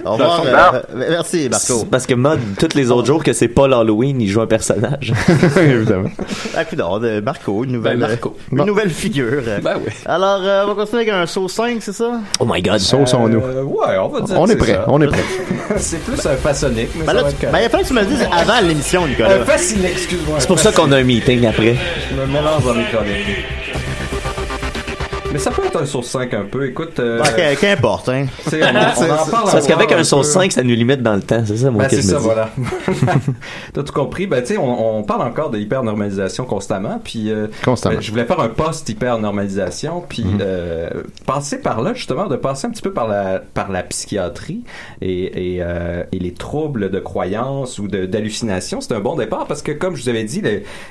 S3: Au revoir. euh, merci, Marco.
S4: C'est Parce que mode, tous les autres jours que c'est pas l'Halloween, il joue un personnage.
S6: Évidemment.
S3: Ah, coudonc, euh, Marco, une nouvelle, euh,
S7: Ben, Marco.
S3: une
S6: Bon.
S3: nouvelle figure.
S7: Ben oui.
S3: Alors, euh, on va continuer avec un saut 5, c'est ça?
S4: Oh my god.
S6: Sauce en nous.
S5: Euh, ouais, on va dire
S6: On
S5: que
S6: est
S5: c'est
S6: prêt,
S5: ça.
S6: on est prêt.
S5: C'est plus un façonnique, mais
S3: Ben,
S5: ça
S3: là,
S5: va
S3: tu-
S5: être
S3: ben,
S5: correct. Euh,
S3: il a fallu que tu me le dises avant l'émission, Nicolas.
S5: Un fasciné, excuse-moi.
S4: C'est pour ça qu'on a un meeting après.
S5: Je me mélange dans mes chroniques. Mais ça peut être un source 5 un peu. Écoute, euh,
S3: Ben, qu- Qu'importe, hein.
S5: tu sais, on, on en parle
S4: Parce
S5: encore
S4: qu'avec un
S5: peu.
S4: sauce 5, ça nous limite dans le temps. C'est ça, mon
S5: Ben,
S4: que
S5: c'est
S4: je me
S5: ça,
S4: dis.
S5: voilà. T'as tout compris. Ben, tu sais, on, on parle encore de hyper-normalisation constamment. Puis, euh,
S6: Constamment.
S5: ben, je voulais faire un post-hyper-normalisation. Puis, euh, passer par là, justement, de passer un petit peu par la, par la psychiatrie et, et, euh, et les troubles de croyance ou de- d'hallucination. C'est un bon départ parce que, comme je vous avais dit,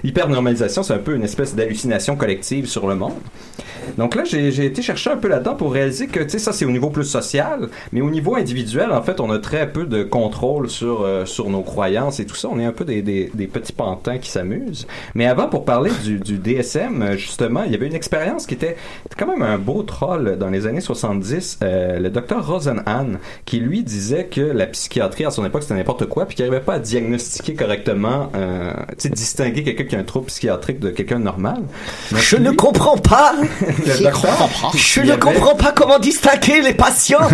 S5: l'hyper-normalisation, c'est un peu une espèce d'hallucination collective sur le monde. Donc là, j'ai j'ai été chercher un peu là-dedans pour réaliser que, tu sais, ça c'est au niveau plus social, mais au niveau individuel, en fait, on a très peu de contrôle sur, euh, sur nos croyances et tout ça. On est un peu des, des, des petits pantins qui s'amusent. Mais avant, pour parler du, du DSM, euh, justement, il y avait une expérience qui était quand même un beau troll dans les années 70, euh, le docteur Rosenhan, qui lui disait que la psychiatrie à son époque c'était n'importe quoi, puis qu'il n'arrivait pas à diagnostiquer correctement, euh, tu sais, distinguer quelqu'un qui a un trouble psychiatrique de quelqu'un de normal. Donc,
S4: Je ne
S5: lui-
S4: comprends pas.
S5: le
S10: J'ai
S5: docteur comprends.
S4: Je
S5: Il
S4: ne
S5: avait-
S4: comprends pas comment distinguer les patients.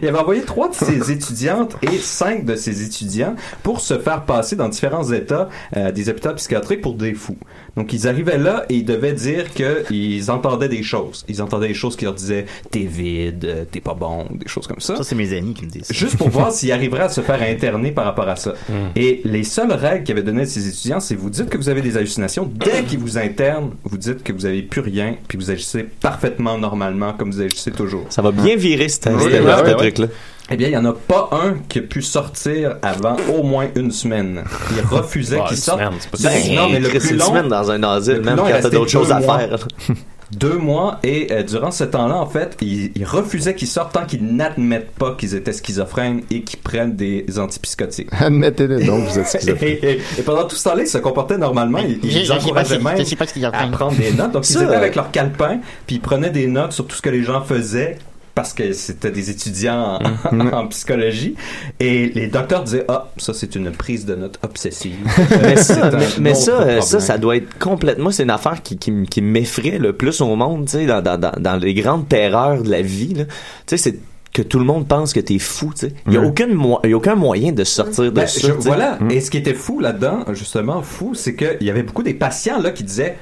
S5: Il avait envoyé trois de ses étudiantes et cinq de ses étudiants pour se faire passer dans différents états euh, des hôpitaux psychiatriques pour des fous. Donc ils arrivaient là et ils devaient dire que ils entendaient des choses. Ils entendaient des choses qui leur disaient t'es vide, euh, t'es pas bon, des choses comme ça.
S3: Ça, c'est mes amis qui me disent. ça.
S5: Juste pour voir s'ils arriveraient à se faire interner par rapport à ça. Et les seules règles qu'il avait données à ses étudiants, c'est vous dites que vous avez des hallucinations. Dès qu'ils vous internent, vous dites que vous avez plus rien, puis vous agissez parfaitement normalement comme vous agissez toujours.
S4: Ça va bien virer cette
S5: Oui,
S4: cette-
S5: ouais,
S4: ce
S5: ouais.
S4: truc-là.
S5: Eh bien, il n'y en a pas un qui a pu sortir avant au moins une semaine. Il refusait
S7: Ouais,
S5: qu'il
S7: une
S5: sorte.
S7: semaine, c'est pas
S5: Ben, non, mais le
S4: Chris,
S5: plus
S4: une
S5: long,
S4: semaine dans un asile,
S5: le
S4: même
S5: plus long est
S4: quand t'as
S5: resté
S4: d'autres choses
S5: deux
S4: à
S5: mois.
S4: faire.
S5: deux mois, et euh, durant ce temps-là, en fait, il, il refusait qu'ils sortent tant qu'ils n'admettent pas qu'ils étaient schizophrènes et qu'ils prennent des antipsychotiques.
S6: Admettez-le donc, vous êtes
S5: Et,
S6: schizophrène.
S5: et- et pendant tout ce temps-là, ils se comportaient normalement. Ils, ils les encourageaient même à prendre des notes. Donc,
S4: Ça,
S5: ils étaient
S4: euh,
S5: avec leur calepin, puis ils prenaient des notes sur tout ce que les gens faisaient parce que c'était des étudiants en,
S4: Mhm.
S5: en psychologie. Et les docteurs disaient, ah, ça, c'est une prise de notes obsessive.
S4: mais ça,
S5: C'est un
S4: mais, mais
S5: autre
S4: ça, euh, ça,
S5: problème.
S4: ça doit être complètement. C'est une affaire qui, qui, m- qui m'effraie le plus au monde, tu sais, dans, dans, dans, dans les grandes terreurs de la vie. là. Tu sais, c'est que tout le monde pense que t'es fou, tu sais. Il y a aucune mo- y a aucun moyen de sortir de
S5: Ben,
S4: ça.
S5: je-
S4: tu sais. Mhm.
S5: voilà. Et ce qui était fou là-dedans, justement, fou, c'est qu'il y avait beaucoup des patients là qui disaient.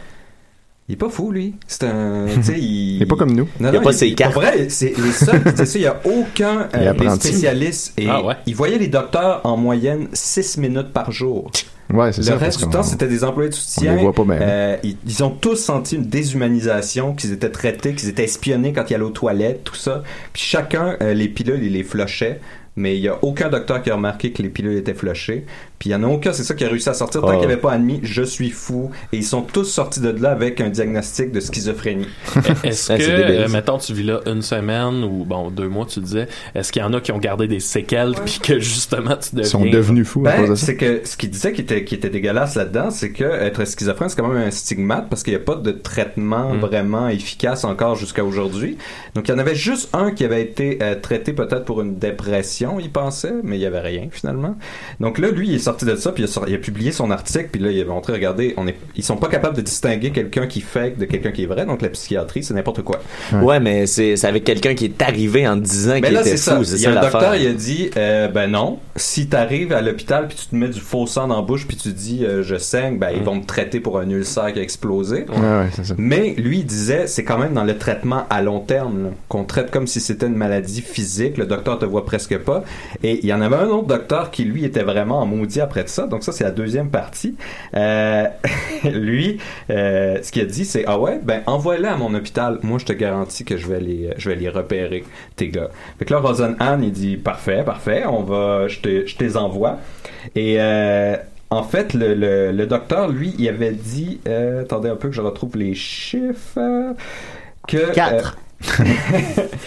S5: Il est pas fou, lui. C'est un. tu sais, il...
S6: Il est pas comme nous.
S5: Non,
S4: Il a
S5: non,
S4: pas ses cartes.
S5: Pour vrai, c'est les seuls qui disaient ça. Il y a aucun
S6: Il est
S5: euh, des
S6: apprenti.
S5: spécialistes. Et
S7: Ah ouais.
S5: ils voyaient les docteurs en moyenne 6 minutes par jour.
S6: Ouais, c'est
S5: Le
S6: ça. parce
S5: reste du
S6: qu'on-
S5: temps, c'était des employés de soutien.
S6: on les voit pas bien.
S5: Euh, ils, ils ont tous senti une déshumanisation, qu'ils étaient traités, qu'ils étaient espionnés quand ils allaient aux toilettes, tout ça. Puis chacun, euh, les pilules, ils les flushaient. Mais il n'y a aucun docteur qui a remarqué que les pilules étaient flushées. Puis il n'y en a aucun, c'est ça, qui a réussi à sortir tant
S6: Ah.
S5: qu'il n'y avait pas admis « Je suis fou ». Et ils sont tous sortis de là avec un diagnostic de schizophrénie.
S7: Est-ce
S4: Ah,
S7: que,
S4: c'est débile,
S7: euh,
S4: ça.
S7: mettons, tu vis là une semaine ou, bon, deux mois, tu disais, est-ce qu'il y en a qui ont gardé des séquelles puis que, justement, tu deviens...
S6: Ils sont devenus fous à cause
S5: Ben,
S6: de ça.
S5: c'est que ce qu'il disait qui était, qui était dégueulasse là-dedans, c'est que être schizophrène, c'est quand même un stigmate parce qu'il n'y a pas de traitement
S4: Mm.
S5: vraiment efficace encore jusqu'à aujourd'hui. Donc, il y en avait juste un qui avait été euh, traité peut-être pour une dépression, il pensait, mais il n'y avait rien finalement. Donc là, lui, il est sorti de ça, puis il a, sorti- il a publié son article, puis là, il a montré, regardez, on est, ils sont pas capables de distinguer quelqu'un qui fake de quelqu'un qui est vrai. Donc, la psychiatrie, c'est n'importe quoi.
S4: Ouais, mais c'est c'est avec quelqu'un qui est arrivé en disant
S5: Mais
S4: qu'il
S5: là,
S4: était
S5: c'est ça.
S4: fou. C'est
S5: Il y a
S4: ça
S5: un docteur, il a
S4: l'affaire.
S5: dit, euh, ben non, si t'arrives à l'hôpital puis tu te mets du faux sang dans la bouche puis tu dis euh, je saigne,
S7: Mm.
S5: ben ils vont me traiter pour un ulcère qui a explosé.
S6: Ouais, ouais, c'est ça.
S5: Mais lui, il disait, c'est quand même dans le traitement à long terme, là, qu'on traite comme si c'était une maladie physique, le docteur te voit presque pas. Et il y en avait un autre docteur qui, lui, était vraiment en maudit après de ça. Donc ça, c'est la deuxième partie. Euh, lui, euh, ce qu'il a dit, c'est, ah ouais, ben envoie-les à mon hôpital. Moi, je te garantis que je vais les, je vais les repérer, tes gars. Fait que là, Rosanne Anne, il dit, parfait, parfait, on va, je te, je te les envoie. Et... Euh, en fait, le, le, le docteur, lui, il avait dit, euh, attendez un peu que je retrouve les chiffres, euh, que
S11: Quatre.
S5: euh,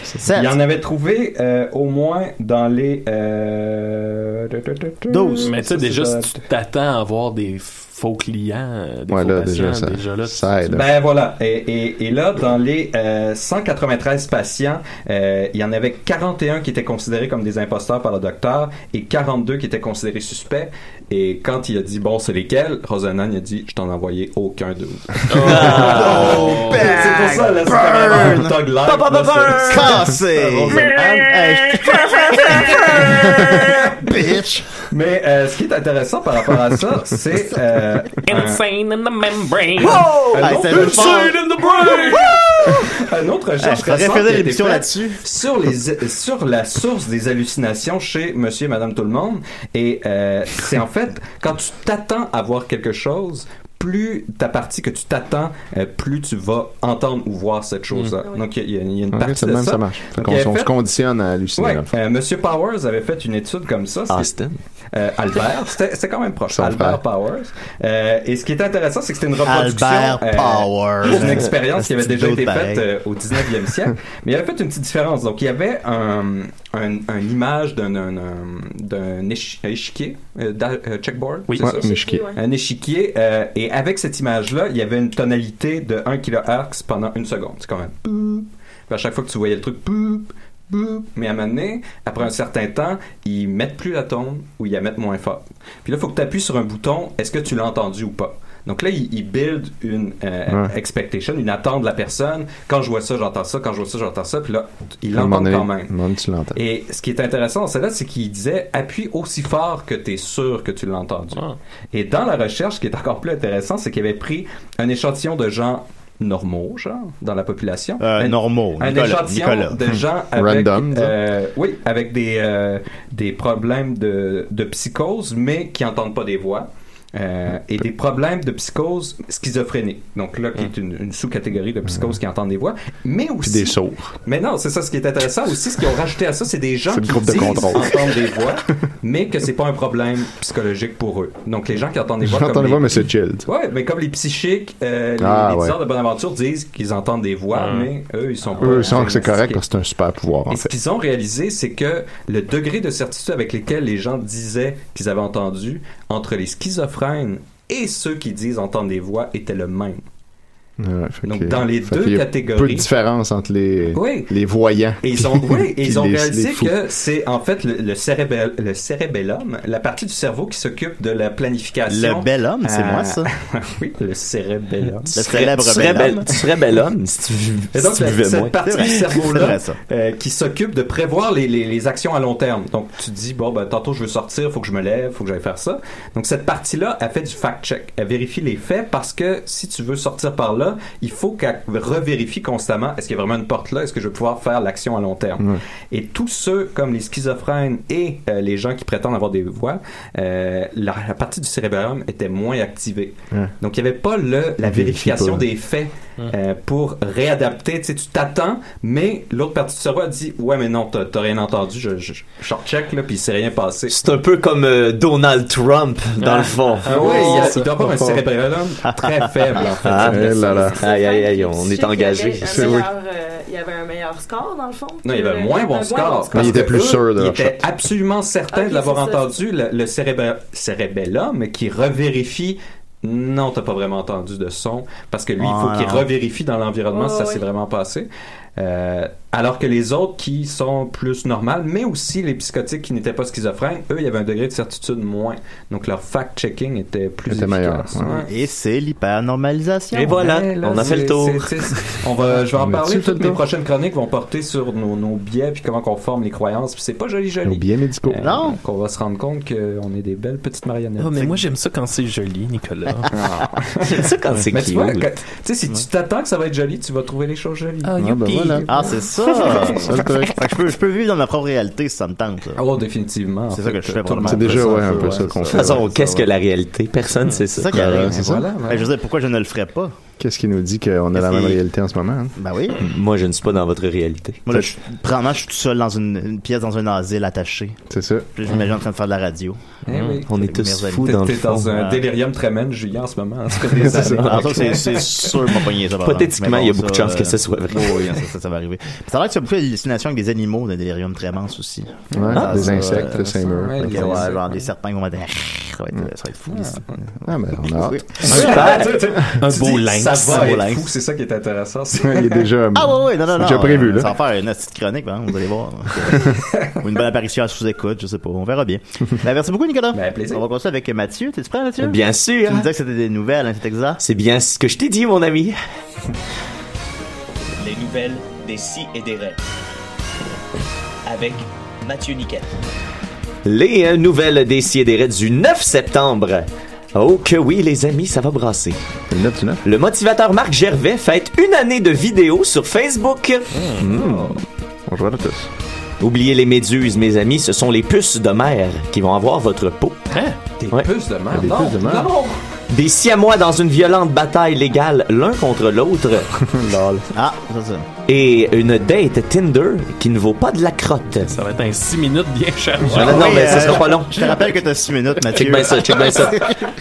S11: Sept.
S5: il en avait trouvé euh, au moins dans les euh, tu- tu- tu- tu-
S3: Douze.
S7: Mais tu sais,
S5: Ça,
S7: déjà,
S5: c'est
S7: si tu t'attends à avoir des faux clients, euh, des
S6: Ouais,
S7: faux
S6: là,
S7: patients,
S6: déjà, ça,
S7: là,
S6: ça
S7: tu-
S6: aide.
S5: Ben voilà, et, et, et là, dans les euh, 193 patients, euh, il y en avait 41 qui étaient considérés comme des imposteurs par le docteur et 42 qui étaient considérés suspects. Et quand il a dit, bon, c'est lesquels, Rosanane il a dit, je t'en ai envoyé aucun d'eux.
S3: Oh,
S5: C'est pour ça, là, c'est comme un tug life,
S4: Papa,
S5: là,
S4: papa,
S5: c'est-
S3: Cassé! Ah,
S5: Rosanne Anne.
S3: Hey, je- Bitch!
S5: Mais euh, ce qui est intéressant par rapport à ça, c'est euh, un,
S7: Insane in the membrane.
S3: Hey,
S5: autre-
S3: Ah, c'est le fun.
S5: un autre
S3: Hey,
S5: recherche
S3: Ah,
S5: récente qui
S3: Je ferais
S5: a
S3: faire
S5: été
S3: l'émission
S5: faite
S3: là-dessus.
S5: sur les sur la source des hallucinations chez Monsieur et Madame tout le monde et euh, c'est en fait quand tu t'attends à voir quelque chose plus ta partie que tu t'attends, euh, plus tu vas entendre ou voir cette chose-là. Donc, il y, a- il y a une
S6: Ok,
S5: partie
S6: c'est
S5: de
S6: de même,
S5: ça.
S6: ça marche. Fait
S5: Donc,
S6: qu'on-
S5: il avait
S6: on se
S5: fait-
S6: conditionne à halluciner.
S5: Ouais,
S6: dans le fond.
S5: euh, Monsieur Powers avait fait une étude comme ça.
S3: Ah,
S5: ce qui est-
S4: Austin.
S5: euh, Albert, c'était c'était quand même proche.
S6: Son
S5: Albert
S6: frère.
S5: Powers. Euh, et ce qui était intéressant, c'est que c'était une reproduction
S3: Albert
S5: euh,
S3: Powers.
S5: d'une expérience qui avait déjà
S3: D'autres
S5: été
S3: pareils.
S5: faite euh, au 19e siècle. Mais il avait fait une petite différence. Donc, il y avait un, un, un image d'un un- un- d'un échi- échiquier, euh, d'a- euh, checkboard.
S7: Oui.
S5: c'est
S6: Ouais,
S5: ça,
S6: mais
S5: c'est-
S6: je kiffe.
S8: Ouais.
S5: un échiquier euh, et avec cette image-là, il y avait une tonalité de 1 kHz pendant une seconde. C'est quand même boop. Puis à chaque fois que tu voyais le truc boop, boop. mais à un moment donné, après un certain temps, ils mettent plus la tombe ou ils la mettent moins fort. Puis là, il faut que tu appuies sur un bouton, est-ce que tu l'as entendu ou pas? Donc là, il, il build une euh,
S6: Ouais.
S5: expectation, une attente de la personne. Quand je vois ça, j'entends ça. Quand je vois ça, j'entends ça. Puis là, il
S6: À un moment
S5: l'entend
S6: donné-
S5: quand
S6: à
S5: même.
S6: un moment donné, tu l'entends.
S5: Et ce qui est intéressant dans celle-là, c'est qu'il disait appuie aussi fort que tu es sûr que tu l'as entendu.
S7: Ah.
S5: Et dans la recherche, ce qui est encore plus intéressant, c'est qu'il avait pris un échantillon de gens normaux, genre, dans la population.
S3: Euh,
S5: Un-
S3: normaux,
S5: Un
S3: Nicolas,
S5: échantillon
S3: Nicolas.
S5: de gens avec,
S6: Random, disons.
S5: euh, oui, avec des, euh, des problèmes de, de psychose, mais qui n'entendent pas des voix. Euh, et des problèmes de psychose schizophrénique. Donc là, qui est une, une sous-catégorie de psychose qui entend des voix, mais
S6: Puis
S5: aussi
S6: des sourds.
S5: mais non, c'est ça ce qui est intéressant aussi, ce qu'ils ont rajouté à ça, c'est des gens
S6: C'est le
S5: qui
S6: groupe de
S5: disent
S6: contrôle.
S5: entendre des voix, mais que c'est pas un problème psychologique pour eux. Donc les gens qui entendent des voix
S6: J'entends
S5: comme
S6: les voix,
S5: les...
S6: mais c'est chill. tu sais.
S5: Ouais, mais comme les psychiques, euh, les,
S6: Ah,
S5: les
S6: ouais.
S5: diseurs de Bonaventure disent qu'ils entendent des voix,
S7: Hum.
S5: mais eux, ils sont pas...
S6: Eux, ils sentent que c'est correct
S5: diagnostiqués.
S6: parce que Ah, c'est un super pouvoir, en
S5: Et ce
S6: fait.
S5: qu'ils ont réalisé, c'est que le degré de certitude avec lequel les gens disaient qu'ils avaient entendu entre les schizophrènes et ceux qui disent entendre des voix était le même.
S6: Ouais, fait
S5: Donc,
S6: que-
S5: dans les
S6: fait
S5: deux
S6: qu'il y a
S5: catégories-
S6: Peu de différence entre les,
S5: Oui.
S6: les voyants.
S5: Et ils ont, oui, et
S6: puis
S5: ils ont
S6: les-
S5: réalisé
S6: les fous.
S5: que c'est en fait le, le, cérébel- le cérébellum, la partie du cerveau qui s'occupe de la planification.
S3: Le bel homme, c'est
S5: Euh,
S4: Ah.
S3: moi, ça.
S5: oui, le cérébellum.
S3: Le célèbre bel homme.
S4: tu serais bel homme si tu, vu-
S5: Et
S4: si
S5: donc,
S4: tu
S5: la-
S4: vivais
S5: cette
S4: moins.
S5: partie
S3: C'est vrai,
S5: du
S3: c'est
S5: cerveau-là
S3: vrai, ça.
S5: euh, qui s'occupe de prévoir les, les- les actions à long terme. Donc, tu te dis, bon, ben, tantôt je veux sortir, faut que je me lève, faut que j'aille faire ça. Donc, cette partie-là, elle fait du fact-check. Elle vérifie les faits parce que si tu veux sortir par là, il faut qu'elle revérifie constamment est-ce qu'il y a vraiment une porte là, est-ce que je vais pouvoir faire l'action à long terme. Et tous ceux, comme les schizophrènes et euh, les gens qui prétendent avoir des voix, euh, la, la partie du cérébrum était moins activée.
S6: Ouais.
S5: Donc, il n'y avait pas le, la
S6: Il vérifie
S5: vérification
S6: pas.
S5: des faits euh, pour réadapter. Tu sais, tu t'attends, mais l'autre partie du cerveau a dit Ouais, mais non, t'as t'as rien entendu, je, je, je short check, là, puis il s'est rien passé.
S4: C'est un peu comme euh, Donald Trump, dans le fond.
S5: Ah oui, il, y a- il doit avoir un cérébellum très faible, en fait.
S4: Ah,
S6: Eh là là.
S4: Aïe, aïe, aïe, on est engagé.
S8: C'est meilleur, euh, Il y avait un meilleur score, dans le fond.
S5: Non, il y avait un moins bon score.
S6: Mais il était plus
S5: Eux,
S6: sûr de
S5: Ils
S6: leur
S5: étaient absolument certains
S8: Ok,
S5: de l'avoir
S8: c'est ça.
S5: entendu. Le, le cérébra- cérébellum qui revérifie. Non, t'as pas vraiment entendu de son parce que lui, il faut
S3: Ah,
S5: qu'il
S3: non.
S5: revérifie dans l'environnement si
S8: Ouais,
S5: ça
S8: ouais.
S5: s'est vraiment passé. Euh, alors que les autres qui sont plus normales, mais aussi les psychotiques qui n'étaient pas schizophrènes, eux, il y avait un degré de certitude moins. Donc leur fact-checking était plus
S6: Était meilleur,
S5: efficace.
S6: ouais.
S5: Ouais.
S3: Et c'est l'hypernormalisation.
S4: Et voilà,
S5: Ouais, là,
S4: on a fait
S5: c'est-
S4: le tour.
S5: c'est- c'est- On va, je vais
S6: On
S5: en
S6: a-tu
S5: parler.
S6: fait le
S5: Toutes mes
S6: tour?
S5: prochaines chroniques vont porter sur nos, nos biais puis comment qu'on forme les croyances. Puis c'est pas joli,
S6: Nos
S5: joli.
S6: biais médicaux.
S5: Euh,
S3: Non.
S5: Qu'on va se rendre compte qu'on est des belles petites marionnettes.
S7: Oh, mais moi j'aime ça quand c'est joli, Nicolas.
S4: C'est ça quand c'est
S5: mais tu
S4: cute.
S5: vois, que- tu sais, si tu t'attends que ça va être joli, tu vas trouver les choses jolies.
S7: Ah,
S6: Ah, ben
S7: youpi.
S6: voilà.
S3: Ah, c'est ça.
S6: C'est le truc.
S3: Fait que je peux, je peux vivre dans ma propre réalité si ça me tente. là.
S5: Oh, définitivement.
S3: C'est ça que je fais pour le
S6: C'est
S3: moment.
S6: déjà,
S3: Ça,
S6: ouais, un
S3: ça,
S6: peu
S3: ouais,
S6: ça qu'on
S4: De
S6: fait.
S4: toute façon, qu'est-ce que la réalité? Personne, c'est
S3: C'est
S4: ça.
S3: ça qui arrive.
S6: c'est ça.
S5: Voilà.
S3: Ben, je veux dire, pourquoi je ne le ferais pas?
S6: Qu'est-ce qui nous dit qu'on a la
S3: Qu'est-ce
S6: même
S3: qui-
S6: réalité en ce moment? hein?
S3: Ben oui.
S4: Moi, je ne suis pas dans votre réalité.
S3: Moi, là, je, probablement, je suis tout seul dans une, une pièce dans un asile attaché.
S6: C'est ça.
S3: Puis j'imagine en train de faire de la radio.
S5: Eh oui.
S4: On est
S3: Avec
S4: tous
S3: mes
S4: fous
S5: T'es
S4: dans le
S5: t'es dans
S4: fond.
S5: un
S3: Ouais.
S5: délirium tremens, Julien, en ce moment. Ça fait des
S6: C'est ça.
S5: années.
S3: Alors, ça, c'est- c'est sûr que m'a pogné ça. par exemple.
S4: Pathétiquement,
S3: Mais
S4: il y a
S3: bon,
S4: beaucoup de
S3: ça,
S4: chances que
S3: euh,
S4: ça soit vrai.
S3: oui, oui, ça, ça, ça va arriver. Puis ça a l'air que tu as beaucoup d'hallucinations avec des animaux dans Delirium Tremens aussi.
S6: Ouais,
S3: Ah,
S6: des
S3: ça,
S6: insectes,
S3: euh,
S6: le Seymour.
S5: ouais,
S3: Ok,
S5: les
S3: ouais,
S5: insectes.
S3: genre des serpents qui vont être... Ça va être, ça va être fou, ici.
S6: Ah, ben, on a hâte.
S4: Super!
S7: Un beau lynx.
S5: Ça
S3: Un
S5: va
S3: beau
S5: être
S3: lynx.
S5: fou, c'est ça qui est intéressant. c'est-
S6: Il est déjà.
S3: Ah ouais, ouais, non, non,
S6: C'est
S3: non.
S6: déjà prévu,
S3: euh,
S6: là.
S3: Ça va faire une petite chronique, hein, vous allez voir. Ou une bonne apparition à sous-écoute, je sais pas. On verra bien. Ben, merci beaucoup, Nicolas.
S5: Ben, plaisir.
S3: On va continuer avec Mathieu. T'es-tu prêt, Mathieu?
S4: Bien
S3: Tu
S4: sûr!
S3: me disais que c'était des nouvelles, hein, c'est exact.
S4: C'est bien ce que je t'ai dit, mon ami.
S11: Les nouvelles des si et des rêves. Avec Mathieu Niquette.
S4: Les euh, nouvelles des Sidérés du 9 septembre. Oh que oui, les amis, ça va brasser.
S6: Le 9 du 9.
S4: Le motivateur Marc Gervais fête une année de vidéos sur Facebook.
S6: Hmm. Bonjour à tous.
S4: Oubliez les méduses, mes amis, ce sont les puces de mer qui vont avoir votre peau.
S5: Des
S4: Ouais.
S5: puces de merde.
S6: Des
S5: Non,
S6: puces de merde.
S5: non.
S4: Des siamois dans une violente bataille légale l'un contre l'autre.
S3: Ah, ça, ça.
S4: Et une date Tinder qui ne vaut pas de la crotte.
S7: Ça va être un 6 minutes bien chargé.
S4: Ah, non, non,
S3: oui,
S4: mais ça
S3: euh,
S4: sera pas long.
S3: Je te rappelle que t'as 6 minutes, Mathieu.
S4: Check bien ça, check bien ça.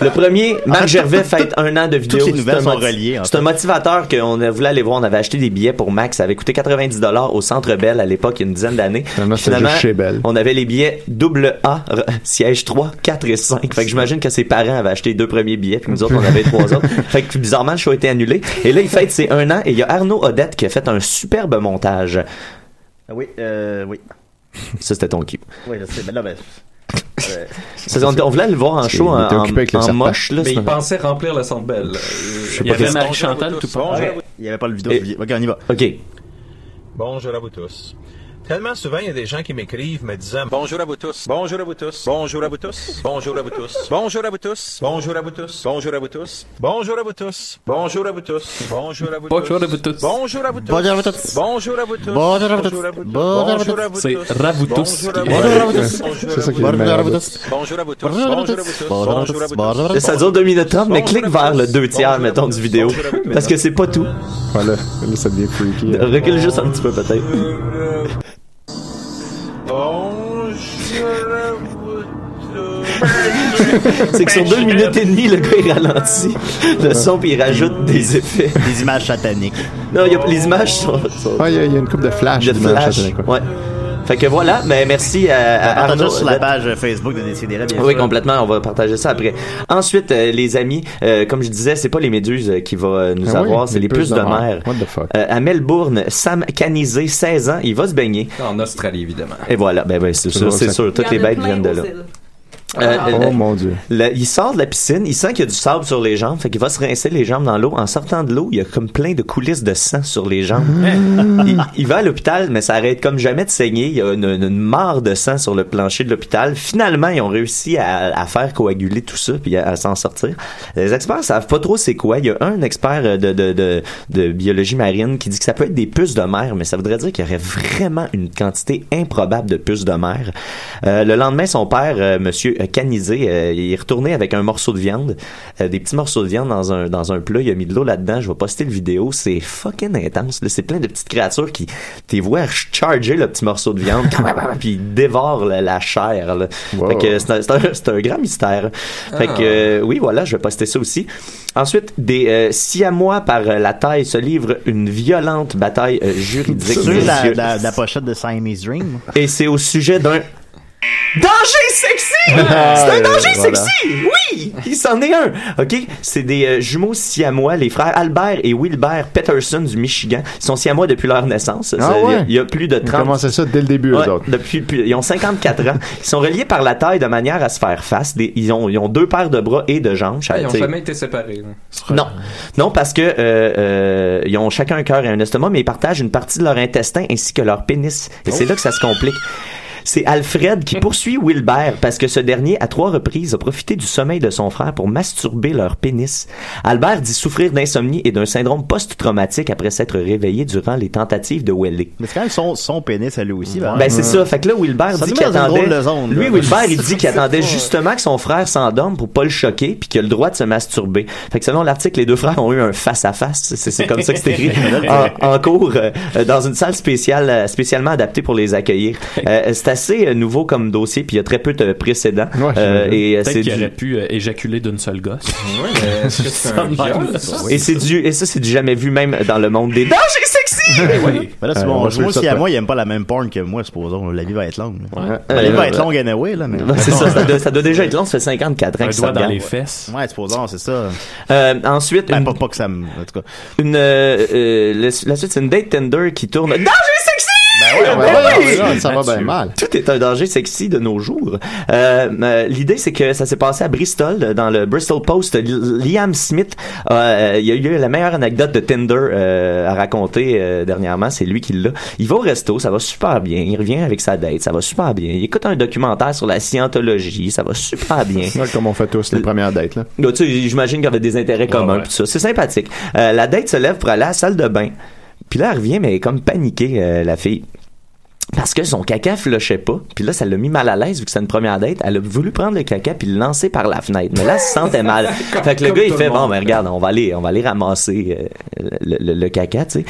S4: Le premier, Marc Gervais fête un an de vidéo.
S3: Ah, toutes les nouvelles
S4: C'est un
S3: sont
S4: moti-
S3: reliées, en
S4: C'est un motivateur qu'on voulait aller voir. On avait acheté des billets pour Max. Ça avait coûté 90 au Centre Bell à l'époque, il y a une dizaine d'années.
S6: Finalement,
S4: Puis
S6: c'était juste chez Bell.
S4: On avait les billets double A, r- siège 3, 4 et 5. Fait que j'imagine que ses parents avaient acheté les deux premiers billets, puis nous autres, on avait les trois autres. Fait que bizarrement, le show a été annulé. Et là, il fête ses un an et il y a Arnaud Odette qui a fait un superbe montage.
S3: Ah Oui, euh, oui.
S4: Ça, c'était ton cul.
S3: Oui, je sais, mais là, ben. euh,
S4: C'est- On, on voulait le voir en
S6: Il
S4: show en,
S6: était occupé avec le
S4: en
S6: serpent.
S4: moche, là.
S5: Mais
S4: c'est-
S5: il pensait remplir le centre belle.
S7: Il y avait Marie-Chantal tout
S3: bon,
S7: pas.
S3: je- Il n'y avait pas le vidéo.
S4: Et-
S3: je- Ok, on y va.
S4: Ok.
S9: Bonjour à vous tous. Tellement souvent, il y a des gens qui m'écrivent me disant Bonjour à vous tous. Bonjour à vous tous. Bonjour à vous tous. Bonjour à vous tous. Bonjour à vous tous. Bonjour à vous tous. Bonjour à vous tous. Bonjour à vous tous. Bonjour à vous tous. Bonjour à vous tous.
S7: Bonjour à vous tous.
S9: Bonjour à vous tous.
S3: Bonjour à vous tous.
S9: Bonjour à vous tous.
S3: Bonjour à vous tous. Bonjour à vous tous.
S9: Bonjour à vous
S7: C'est
S9: tous.
S7: Ravutus
S9: Bonjour à
S7: qui-
S9: vous
S3: Bonjour à vous
S9: tous.
S3: tous.
S9: Bonjour
S6: C'est
S9: à
S6: ça
S9: vous
S6: qui est le meilleur.
S3: Bonjour à vous tous.
S9: tous. Bonjour à vous tous.
S3: Bonjour à vous
S9: Bonjour à
S3: tous.
S9: vous tous. Bonjour à vous
S3: Bonjour à vous tous. Bonjour à
S8: Ah,
S3: vous
S9: tous.
S3: tous.
S4: Ça dure 2 minutes 30, mais clique vers le 2 tiers, mettons, du vidéo. Parce que c'est pas tout.
S6: Voilà, là, ça devient freaky. là.
S4: Recule juste un petit peu, peut-être.
S9: Bonjour à vous tous.
S4: C'est que sur 2 minutes et demie, le gars, il ralentit le son, puis il rajoute des effets.
S3: Des images sataniques.
S4: Non, il y a, les images sont... sont-
S6: Ouais, il y, a- il y a une coupe de flash.
S4: de
S6: dimanche,
S4: flash.
S6: ça donne quoi.
S4: Ouais. Fait que voilà, mais merci à, à
S3: Partage
S4: Arnaud.
S3: ça sur la
S4: d'être-
S3: page euh, Facebook de Décidera, bien
S4: Oui,
S3: sûr.
S4: complètement. On va partager ça après. Ensuite, euh, les amis, euh, comme je disais, c'est pas les méduses euh, qui va euh, nous
S6: Ah oui,
S4: avoir, c'est les puces de mer.
S6: What the fuck?
S4: Euh, à Melbourne, Sam Canisé, 16 ans, il va se baigner.
S5: En Australie, évidemment.
S4: Et voilà, ben ben c'est sûr,
S6: drôle,
S4: c'est
S6: ça.
S4: sûr, toutes
S8: Il
S4: les
S8: y en a
S4: bêtes
S8: plein
S4: viennent de
S8: aux
S4: là.
S8: îles.
S4: Euh,
S6: Oh
S4: euh,
S6: mon dieu.
S4: le- il sort de la piscine, il sent qu'il y a du sable sur les jambes, fait qu'il va se rincer les jambes dans l'eau. En sortant de l'eau, il y a comme plein de coulisses de sang sur les jambes. il, il va à l'hôpital, mais ça arrête comme jamais de saigner. Il y a une, une mare de sang sur le plancher de l'hôpital. Finalement, ils ont réussi à, à faire coaguler tout ça puis à, à s'en sortir. Les experts savent pas trop c'est quoi. Il y a un expert euh, de, de, de, de biologie marine qui dit que ça peut être des puces de mer, mais ça voudrait dire qu'il y aurait vraiment une quantité improbable de puces de mer. Euh, le lendemain, son père, euh, Monsieur euh, Canisé, euh, il est retourné avec un morceau de viande, euh, des petits morceaux de viande dans un, dans un plat. Il a mis de l'eau là-dedans. Je vais poster le vidéo. C'est fucking intense. là. C'est plein de petites créatures qui, t'es vois charger le petit morceau de viande, puis ils dévorent la, la chair. là.
S6: Wow.
S4: Fait que c'est un, c'est un- c'est un grand mystère. Fait que euh, oui, voilà, je vais poster ça aussi. Ensuite, des euh, Siamois par euh, la taille se livrent une violente bataille euh, juridique.
S3: Sur la,
S4: Messieurs.
S3: la, la pochette de Siamese Dream.
S4: Et c'est au sujet d'un danger sexy. C'est un danger sexy. Oui, il s'en est un. Ok, c'est des euh, jumeaux siamois, les frères Albert et Wilbert Peterson du Michigan. Ils sont siamois depuis leur naissance.
S6: Ah
S4: Ça, il y a-
S6: ouais?
S4: Il y a plus de
S6: Ils
S4: 30
S6: commençaient ça dès le début,
S4: Ouais,
S6: eux autres.
S4: depuis, depuis- ils ont 54 ans. Ils sont reliés par la taille de manière à se faire face. Des- ils, ont, ils ont deux paires de bras et de jambes.
S5: Ah, Ils n'ont
S4: T'sais,
S5: jamais été séparés. là.
S4: Non, non parce que euh, euh, ils ont chacun un cœur et un estomac, mais ils partagent une partie de leur intestin ainsi que leur pénis. Et c'est là que ça se complique. C'est Alfred qui poursuit Wilbert parce que ce dernier, à trois reprises, a profité du sommeil de son frère pour masturber leur pénis. Albert dit souffrir d'insomnie et d'un syndrome post-traumatique après s'être réveillé durant les tentatives de Welly.
S3: Mais c'est quand même son, son pénis à lui aussi. hein. par
S4: Ben
S3: exemple.
S4: c'est ça. Fait que là, Wilbert
S3: Ça
S4: dit
S3: nous
S4: qu'il
S3: met dans une
S4: attendait.
S3: drôle de zone,
S4: lui,
S3: là.
S4: Wilbert, il dit qu'il attendait justement que son frère s'endorme pour pas le choquer, puis qu'il a le droit de se masturber. Fait que selon l'article, les deux frères ont eu un face à face. C'est c'est comme ça que c'est écrit en, en cours euh, euh, dans une salle spéciale euh, spécialement adaptée pour les accueillir. Euh, c'est assez euh, nouveau comme dossier, puis il y a très peu de précédents.
S6: Ouais,
S4: Euh,
S6: j'imagine.
S4: et euh,
S7: Peut-être
S4: c'est
S7: qu'il
S4: du-
S7: aurait pu euh, éjaculer d'une seule gosse.
S5: Ouais, mais est-ce que c'est un viol, ça?
S4: et c'est du et ça c'est du jamais vu même dans le monde des dangers sexy.
S3: Mais là, c'est
S6: Euh, on
S3: bon.
S6: va
S3: Moi,
S6: suivre ça,
S3: si à
S6: toi.
S3: moi, il aime pas la même porn que moi, supposons. La vie va être longue. là.
S6: Ouais.
S3: La vie
S4: Euh,
S3: va être
S4: euh,
S3: longue anyway, là. Mais...
S4: Ouais, c'est ça, ça doit, ça doit déjà être long, ça fait 54 ans
S7: Un
S4: que ça
S7: doigt dans
S4: regarde.
S7: les fesses.
S3: Ouais, supposons, c'est ça.
S4: Euh, ensuite,
S3: Ben,
S4: une-
S3: pas, pas que ça me. En tout cas.
S4: une euh, euh, la, la suite c'est une date tender qui tourne danger sexy
S6: Ouais,
S4: Ben
S6: ouais,
S4: oui!
S6: ouais, ça va bien mal.
S4: tout est un danger sexy de nos jours. Euh, euh, L'idée, c'est que ça s'est passé à Bristol, euh, dans le Bristol Post. Li- Liam Smith, euh, il y a eu la meilleure anecdote de Tinder euh, à raconter euh, dernièrement. C'est lui qui l'a. Il va au resto, ça va super bien. Il revient avec sa date, ça va super bien. Il écoute un documentaire sur la scientologie, ça va super bien.
S6: Ouais, comme on fait tous les premières dates, là.
S4: Là, Ben, tu sais, j'imagine qu'il y avait des intérêts
S5: Ah
S4: communs
S7: ouais.
S4: pis ça. C'est sympathique. Euh, la date se lève pour aller à la salle de bain. Puis là, elle revient, mais elle est comme paniquée, euh, la fille. Parce que son caca flushait pas. Puis là, ça l'a mis mal à l'aise vu que c'est une première date. Elle a voulu prendre le caca puis le lancer par la fenêtre. Mais là, elle se sentait mal. fait que le
S5: comme
S4: gars, il
S5: tout
S4: fait
S5: le monde.
S4: bon, ben regarde, on va aller, on va aller ramasser euh, le, le- le caca, tu sais.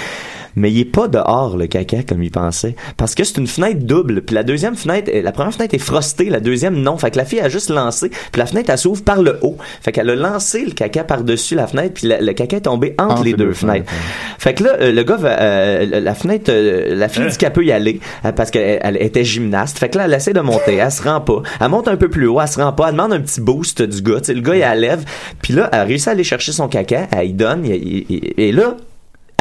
S4: Mais il est pas dehors le caca comme il pensait, parce que c'est une fenêtre double. Puis la deuxième fenêtre, euh, la première fenêtre est frostée, la deuxième non. Fait que la fille a juste lancé. Puis la fenêtre elle s'ouvre par le haut. Fait qu'elle a lancé le caca par dessus la fenêtre. Puis la- le caca est tombé entre, les deux, fenêtres. Fait que là, euh, le gars, va, euh, la fenêtre, euh, la fille dit qu'elle peut y aller euh, parce qu'elle elle était gymnaste. Fait que là, elle essaie de monter, elle se rend pas. Elle monte un peu plus haut, elle se rend pas. Elle demande un petit boost du gars. Tu sais, le gars, il la lève. Puis là, elle réussit à aller chercher son caca, elle y donne. il- il- il- et là,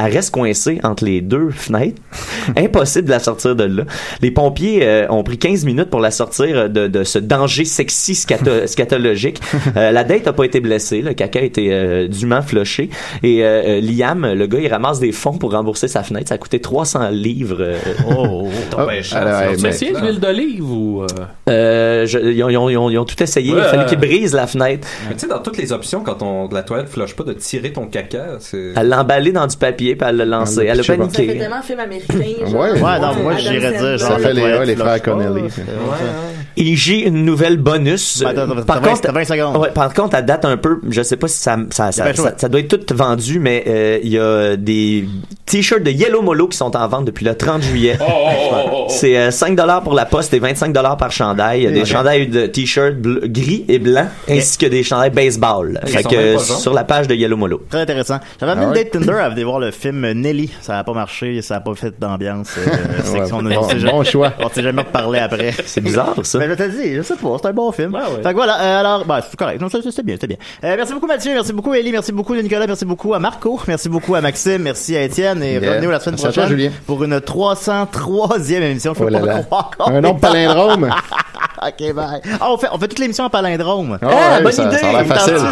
S4: elle reste coincée entre les deux fenêtres. Impossible de la sortir de là. Les pompiers euh, ont pris 15 minutes pour la sortir euh, de, de ce danger sexy scato- scatologique. Euh, la date a pas été blessée. Le caca a été euh, dûment floché. Et euh, euh, Liam, le gars, il ramasse des fonds pour rembourser sa fenêtre. Ça a coûté 300 livres. euh,
S5: Oh,
S6: Ah,
S4: ben,
S6: alors, hey,
S7: Tu
S6: mais-
S7: as essayé de l'huile d'olive ou. euh,
S4: euh, je- ils, ont, ils ont- ils ont- ils ont tout essayé. Il a
S7: Ouais.
S4: fallu qu'ils brisent la fenêtre.
S5: Mais tu sais, dans toutes les options, quand on, la toilette flush pas, de tirer ton caca, c'est.
S4: Elle l'a emballé dans du papier puis elle l'a lancé.
S6: Elle l'a
S4: Elle a
S8: Ça
S6: pitché,
S8: fait
S4: paniqué.
S8: tellement film américain. genre.
S6: Ouais.
S3: Ouais, non, moi,
S8: Adam
S3: j'irais dire,
S8: Sandler.
S3: genre,
S6: Ça fait les,
S3: Ouais,
S6: ouais, les
S3: tu
S6: frères
S3: lâches pas,
S6: Connelly.
S3: c'est-
S6: fait.
S4: Et j'ai une nouvelle bonus.
S3: Ben, Attends, attends,
S4: Par
S3: t'as vingt-
S4: contre,
S3: t'as vingt secondes.
S4: Ouais, par contre, elle date un peu. Je sais pas si ça, ça, ça,
S3: Dépêche-toi.
S4: ça- ça doit être tout vendu, mais euh, il y a des t-shirts de Yellow Molo qui sont en vente depuis le 30 juillet.
S5: Oh,
S4: C'est euh, 5 dollars pour la poste et 25 dollars par chandail. Il y a des chandails de t-shirts bleu- gris et blanc, ainsi que des chandails baseball. Fait
S5: sont
S4: que
S5: même pas jaunes.
S4: sur la page de Yellow Molo.
S3: Très intéressant. J'avais amené
S6: Ah
S3: une
S6: ouais?
S3: date Tinder à venir voir le film Nelly. Ça n'a pas marché, ça n'a pas fait d'ambiance. euh, section-
S6: Ouais,
S3: on- on
S6: bon-
S3: s'est
S6: bon
S3: jamais-
S6: choix.
S3: On s'est jamais reparlé après.
S4: C'est bizarre, ça.
S3: Mais je t'ai dit, je sais pas, c'est un bon film.
S7: Ouais, ouais.
S3: Fait que voilà, euh, alors, bah, c'est correct. Non, ça, c'était bien, c'était bien. Euh, merci beaucoup Mathieu, merci beaucoup Ellie, merci beaucoup Nicolas, merci beaucoup à Marco, merci beaucoup à Maxime, merci à Étienne et
S6: Yeah.
S3: revenez-nous la semaine
S6: Merci à
S3: prochaine
S6: toi, Julien.
S3: pour une 303e émission. Je peux
S6: Oh là
S3: pas
S6: là.
S3: croire.
S6: Un nom de palindrome.
S3: ok, bye. Ah, on fait, on fait toute l'émission en palindrome.
S6: Ah ouais, ça- ça a l'air facile.